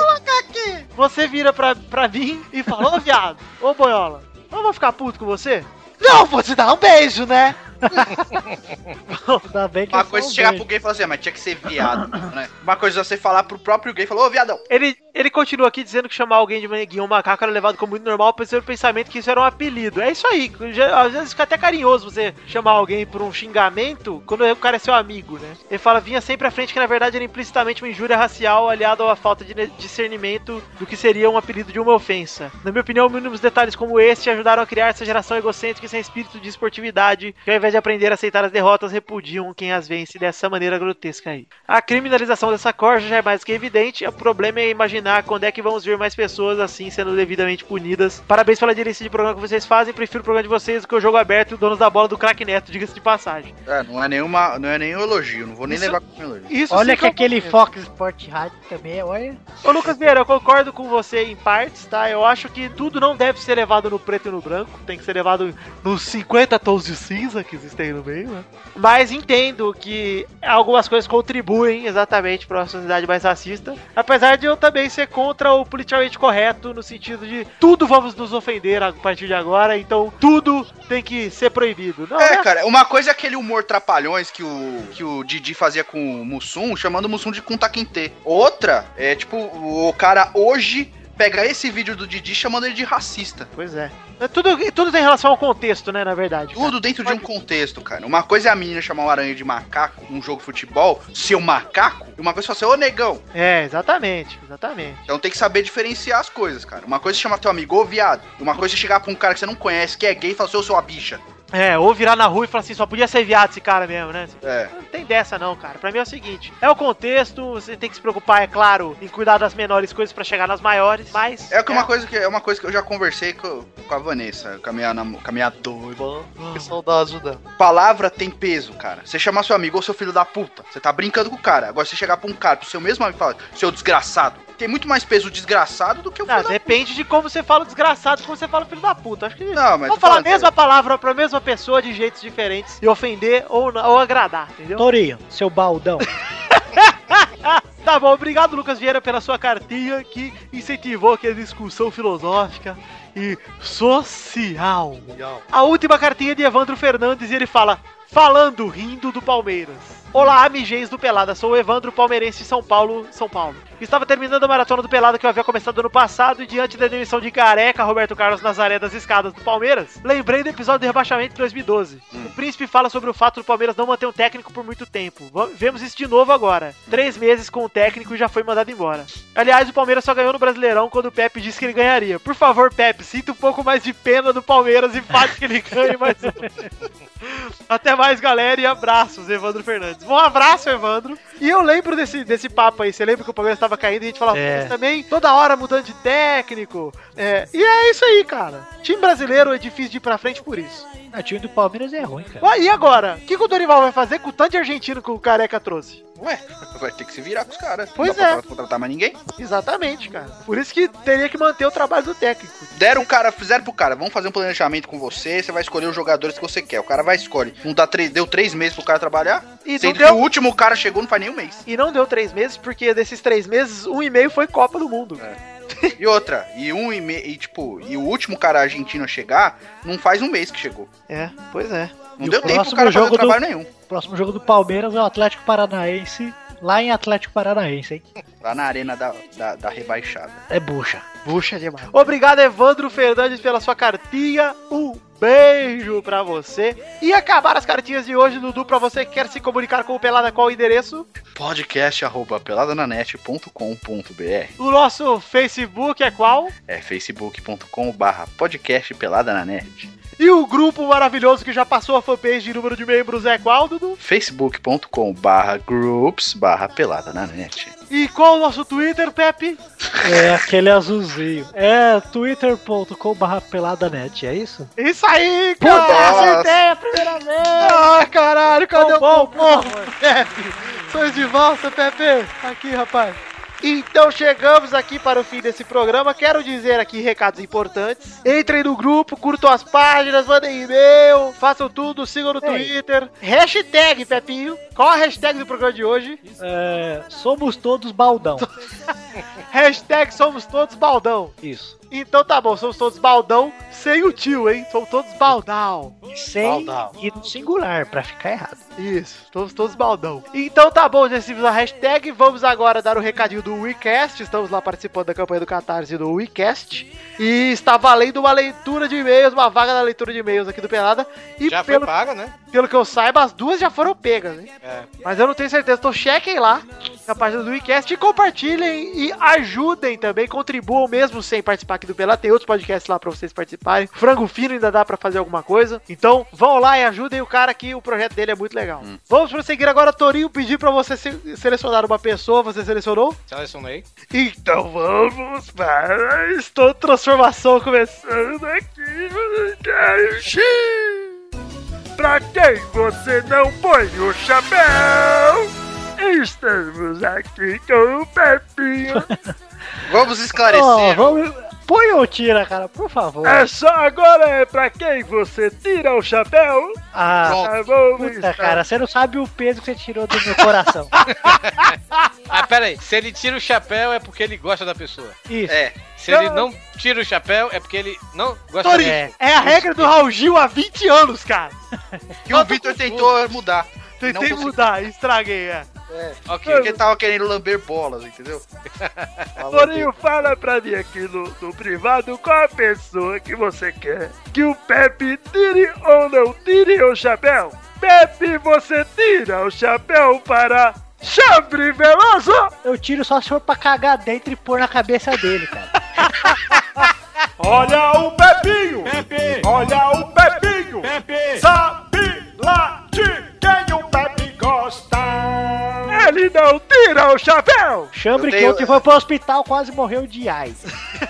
Speaker 5: Você vira pra, pra mim e fala, ô viado, ô boiola, eu vou ficar puto com você? Não, vou te dar um beijo, né?
Speaker 7: Ainda bem que
Speaker 3: Uma
Speaker 7: eu
Speaker 5: um
Speaker 3: coisa é
Speaker 7: sou
Speaker 3: chegar
Speaker 7: gay.
Speaker 3: pro gay e falar assim, ah, mas tinha que ser viado, né? Uma coisa é você falar pro próprio gay e falar, ô, viadão.
Speaker 5: Ele, ele continua aqui dizendo que chamar alguém de neguinho ou macaco era levado como muito normal, pensando o pensamento que isso era um apelido. É isso aí. já- Às vezes fica até carinhoso você chamar alguém por um xingamento quando o cara é seu amigo, né? Ele fala, vinha sempre à frente que na verdade era implicitamente uma injúria racial aliada à falta de ne- discernimento do que seria um apelido de uma ofensa. Na minha opinião, mínimos detalhes como este ajudaram a criar essa geração egocêntrica e sem espírito de esportividade, que ao invés de aprender a aceitar as derrotas, repudiam quem as vence dessa maneira grotesca aí. A criminalização dessa corja já é mais que evidente, o problema é imaginar quando é que vamos ver mais pessoas assim sendo devidamente punidas. Parabéns pela direção de programa que vocês fazem, prefiro o programa de vocês do que o jogo aberto e o donos da bola do craque neto, diga-se de passagem.
Speaker 3: É, não é nenhuma, não é nenhum elogio, não vou nem
Speaker 5: Isso-
Speaker 3: levar como elogio.
Speaker 5: Isso
Speaker 7: olha
Speaker 5: sim
Speaker 7: que
Speaker 5: é um
Speaker 7: aquele
Speaker 5: problema.
Speaker 7: Fox Sport Rádio também, olha.
Speaker 5: Ô Lucas Vieira, eu concordo com você em partes, tá? Eu acho que tudo não deve ser levado no preto e no branco, tem que ser levado nos 50 tons de cinza que existem aí no meio, né? Mas entendo que algumas coisas contribuem exatamente para uma sociedade mais racista, apesar de eu também ser contra o politicamente correto, no sentido de tudo vamos nos ofender a partir de agora, então tudo tem que ser proibido. Não,
Speaker 3: É,
Speaker 5: né?
Speaker 3: cara, uma coisa é aquele humor trapalhões que o, que o Didi fazia com o Mussum, chamando o Mussum de Kuntaquinte. Outra é, tipo, o cara hoje pegar esse vídeo do Didi chamando ele de racista.
Speaker 5: Pois é. É Tudo, tudo tem relação ao contexto, né, na verdade.
Speaker 3: Tudo dentro de um contexto, cara. Uma coisa é a menina chamar o aranha de macaco num jogo de futebol, seu macaco, e uma coisa é você, ô negão.
Speaker 5: É, exatamente, exatamente.
Speaker 3: Então tem que saber diferenciar as coisas, cara. Uma coisa é chamar teu amigo, ô viado. Uma coisa é chegar pra um cara que você não conhece, que é gay, e falar assim, eu sou a bicha.
Speaker 5: É, ou virar na rua e falar assim, só podia ser viado esse cara mesmo, né? Assim,
Speaker 3: É.
Speaker 5: Não tem dessa não, cara. Pra mim é o seguinte, é o contexto, você tem que se preocupar, é claro, em cuidar das menores coisas pra chegar nas maiores, mas...
Speaker 3: É que uma coisa que é uma coisa que eu já conversei com, com a Vanessa, com a minha, namo- com a minha doiva.
Speaker 2: Que saudade dela.
Speaker 3: Palavra tem peso, cara. Você chamar seu amigo ou seu filho da puta. Você tá brincando com o cara. Agora você chegar pra um cara, pro seu mesmo amigo e falar, seu desgraçado. Tem muito mais peso o desgraçado do que o filho da
Speaker 5: Ah, Depende de como você fala o desgraçado, como você fala o filho da puta. Acho que
Speaker 3: Não, mas
Speaker 5: vamos
Speaker 3: tô
Speaker 5: falar a
Speaker 3: falando,
Speaker 5: mesma palavra pra mesma pessoa de jeitos diferentes e ofender ou, na- ou agradar, entendeu?
Speaker 7: Torinho, seu baldão.
Speaker 5: Tá bom, obrigado Lucas Vieira pela sua cartinha que incentivou aqui a discussão filosófica e social. A última cartinha é de Evandro Fernandes e ele fala: Falando rindo do Palmeiras. Olá, amigês do Pelada. Sou o Evandro Palmeirense de São Paulo, São Paulo. Estava terminando a maratona do Pelada que eu havia começado ano passado e diante da demissão de careca Roberto Carlos Nazaré das escadas do Palmeiras, lembrei do episódio do rebaixamento de 2012. O príncipe fala sobre o fato do Palmeiras não manter um técnico por muito tempo. Va- Vemos isso de novo agora. Três meses com o técnico e já foi mandado embora. Aliás, o Palmeiras só ganhou no Brasileirão quando o Pepe disse que ele ganharia. Por favor, Pepe, sinta um pouco mais de pena do Palmeiras e faça que ele ganhe mais um. Até mais, galera, e abraços, Evandro Fernandes. Um abraço, Evandro. E eu lembro desse, desse papo aí. Você lembra que o Palmeiras estava caindo e a gente falava
Speaker 2: É.
Speaker 5: "Mas também, toda hora mudando de técnico. É, e é isso aí, cara. Time brasileiro é difícil de ir pra frente por isso.
Speaker 7: O time do Palmeiras é ruim, cara.
Speaker 5: Ué, e agora? O que, que o Dorival vai fazer com o tanto de argentino que o Careca trouxe?
Speaker 3: Ué, vai ter que se virar com os caras.
Speaker 5: Pois
Speaker 3: não dá
Speaker 5: é.
Speaker 3: pra contratar mais ninguém.
Speaker 5: Exatamente, cara. Por isso que teria que manter o trabalho do técnico.
Speaker 3: Deram o cara, fizeram pro cara, vamos fazer um planejamento com você, você vai escolher os jogadores que você quer. O cara vai e escolhe. Não dá três, deu três meses pro cara trabalhar?
Speaker 5: E não
Speaker 3: sendo
Speaker 5: deu-
Speaker 3: que o último cara chegou não faz nem um mês.
Speaker 5: E não deu três meses, porque desses três meses, um e meio foi Copa do Mundo.
Speaker 3: E outra, e um e meio, e tipo, e o último cara argentino a chegar, não faz um mês que chegou.
Speaker 5: É, pois é.
Speaker 3: Não
Speaker 7: E
Speaker 3: deu
Speaker 7: o
Speaker 3: tempo pro
Speaker 7: próximo
Speaker 3: cara fazer
Speaker 7: jogo do-
Speaker 3: trabalho nenhum.
Speaker 7: O próximo jogo do Palmeiras é o Atlético Paranaense, lá em Atlético Paranaense, hein?
Speaker 3: Lá na arena da, da, da rebaixada.
Speaker 7: É bucha.
Speaker 5: Bucha demais. Obrigado, Evandro Fernandes, pela sua cartinha. Um beijo pra você. E acabar as cartinhas de hoje, Dudu, pra você que quer se comunicar com o Pelada, qual o endereço?
Speaker 3: Podcast arroba peladananet.com.br
Speaker 5: O nosso Facebook é qual?
Speaker 3: É facebook.com barra podcast peladananet.
Speaker 5: E o grupo maravilhoso que já passou a fanpage de número de membros é qual, Dudu?
Speaker 3: facebook.com barra groups barra peladananet.
Speaker 5: E qual o nosso Twitter, Pepe?
Speaker 7: É aquele azulzinho. É twitter.com.br peladanet, é isso?
Speaker 5: Isso aí,
Speaker 7: Puta,
Speaker 5: cara!
Speaker 7: essa é
Speaker 5: ideia, primeira vez! Ah, caralho,
Speaker 7: Tá
Speaker 5: cadê o pompom, Pepe? Sois de volta, Pepe! Aqui, rapaz. Então chegamos aqui para o fim desse programa. Quero dizer aqui recados importantes. Entrem no grupo, curtam as páginas, mandem e-mail, façam tudo, sigam no
Speaker 7: É
Speaker 5: Twitter. Hashtag, Pepinho. Qual a hashtag do programa de hoje?
Speaker 7: É, somos todos baldão.
Speaker 5: Hashtag somos todos baldão.
Speaker 7: Isso.
Speaker 5: Então tá bom, somos todos baldão, sem o tio, hein? Somos todos baldão.
Speaker 7: Sem e no singular, pra ficar errado.
Speaker 5: Isso, todos, todos baldão. Então tá bom, já recebemos a hashtag. Vamos agora dar o recadinho do WeCast. Estamos lá participando da campanha do Catarse do WeCast. E está valendo uma leitura de e-mails, uma vaga na leitura de e-mails aqui do Pelada. E
Speaker 6: Já foi
Speaker 5: pelo,
Speaker 6: paga, né?
Speaker 5: pelo que eu saiba, as duas já foram pegas, hein?
Speaker 6: É.
Speaker 5: Mas eu não tenho certeza, então chequem lá na página do WeCast e compartilhem e ajudem também, contribuam mesmo sem participar aqui do Pelado. Tem outros podcasts lá pra vocês participarem. Frango Fino ainda dá pra fazer alguma coisa. Então vão lá e ajudem o cara que o projeto dele é muito legal. Vamos prosseguir agora, Torinho, pedir pra você se- selecionar uma pessoa, você selecionou?
Speaker 6: Selecionei.
Speaker 5: Então vamos para. Estou transformação começando aqui.
Speaker 10: Pra quem você não põe o chapéu, estamos aqui com o Pepinho.
Speaker 3: Vamos
Speaker 7: Ó, vamos... Põe ou tira, cara, por favor.
Speaker 10: É só agora é pra quem você tira o chapéu.
Speaker 7: Ah,
Speaker 10: vamos
Speaker 7: puta, cara, você não sabe o peso que você tirou do meu coração.
Speaker 6: Ah, pera aí. Se ele tira o chapéu, é porque ele gosta da pessoa.
Speaker 7: Isso.
Speaker 6: É. Se ele não tira o chapéu, é porque ele não gosta
Speaker 5: Torinho,
Speaker 6: da pessoa.
Speaker 5: é a regra do Raul Gil há 20 anos, cara.
Speaker 3: Que o Victor tentou mudar. Não
Speaker 5: Tentei
Speaker 3: conseguiu.
Speaker 5: mudar, estraguei, é.
Speaker 3: É,
Speaker 6: ok.
Speaker 3: Porque ele tava querendo lamber bolas, entendeu?
Speaker 10: Torinho, fala pra mim aqui no, no privado qual a pessoa que você quer que o Pepe tire ou não tire o chapéu. Pepe, você tira o chapéu para Chambre Veloso?
Speaker 7: Eu tiro só se for pra cagar dentro e pôr na cabeça dele, cara.
Speaker 10: Olha o Pepinho! Olha o Pepinho!
Speaker 9: Pepe! Sabe lá de quem o Pepe gosta!
Speaker 10: Ele não tira o chapéu!
Speaker 7: Chambre
Speaker 3: Eu
Speaker 7: que
Speaker 3: tenho-
Speaker 7: ontem foi pro hospital, quase morreu de AIDS.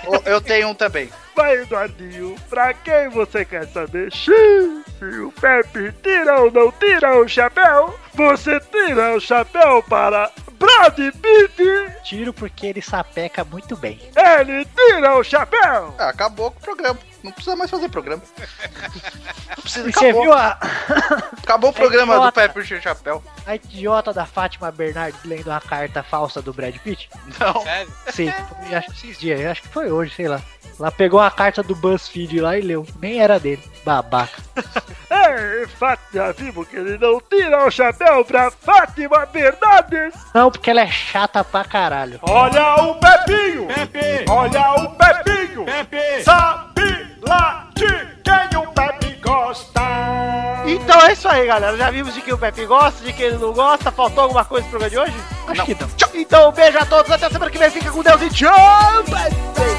Speaker 3: Eu- Eu tenho um também.
Speaker 10: Vai, Eduardinho, pra quem você quer saber? Xiii, Se o Pepe tira ou não tira o chapéu, você tira o chapéu para Brad Pitt!
Speaker 7: Tiro porque ele sapeca muito bem.
Speaker 10: Ele tira o chapéu!
Speaker 3: Ah, acabou com o programa. Não precisa mais fazer programa. Não precisa,
Speaker 7: E você
Speaker 3: acabou.
Speaker 7: viu a, É
Speaker 3: Acabou o programa do
Speaker 7: Idiota.
Speaker 3: Pepe Tira o Chapéu.
Speaker 7: a idiota da Fátima Bernardes lendo uma carta falsa do Brad Pitt?
Speaker 3: Não.
Speaker 7: Sim, foi, acho que esses dias, acho que foi hoje, sei lá. Ela pegou a carta do BuzzFeed lá e leu. Nem era dele. Babaca.
Speaker 10: É, Fátima, vivo que ele não tira o chapéu pra Fátima Bernardes!
Speaker 7: Não, porque ela é chata pra caralho.
Speaker 9: Olha o Pepinho! Pepe! Olha o Pepinho! Pepe! Sabe lá de quem o Pepe gosta!
Speaker 5: Então é isso aí, galera. Já vimos de que o Pepe gosta, de que ele não gosta. Faltou alguma coisa no programa de hoje? Acho que não. Então, um beijo a todos. Até semana que vem. Fica com Deus e tchau! Pepe!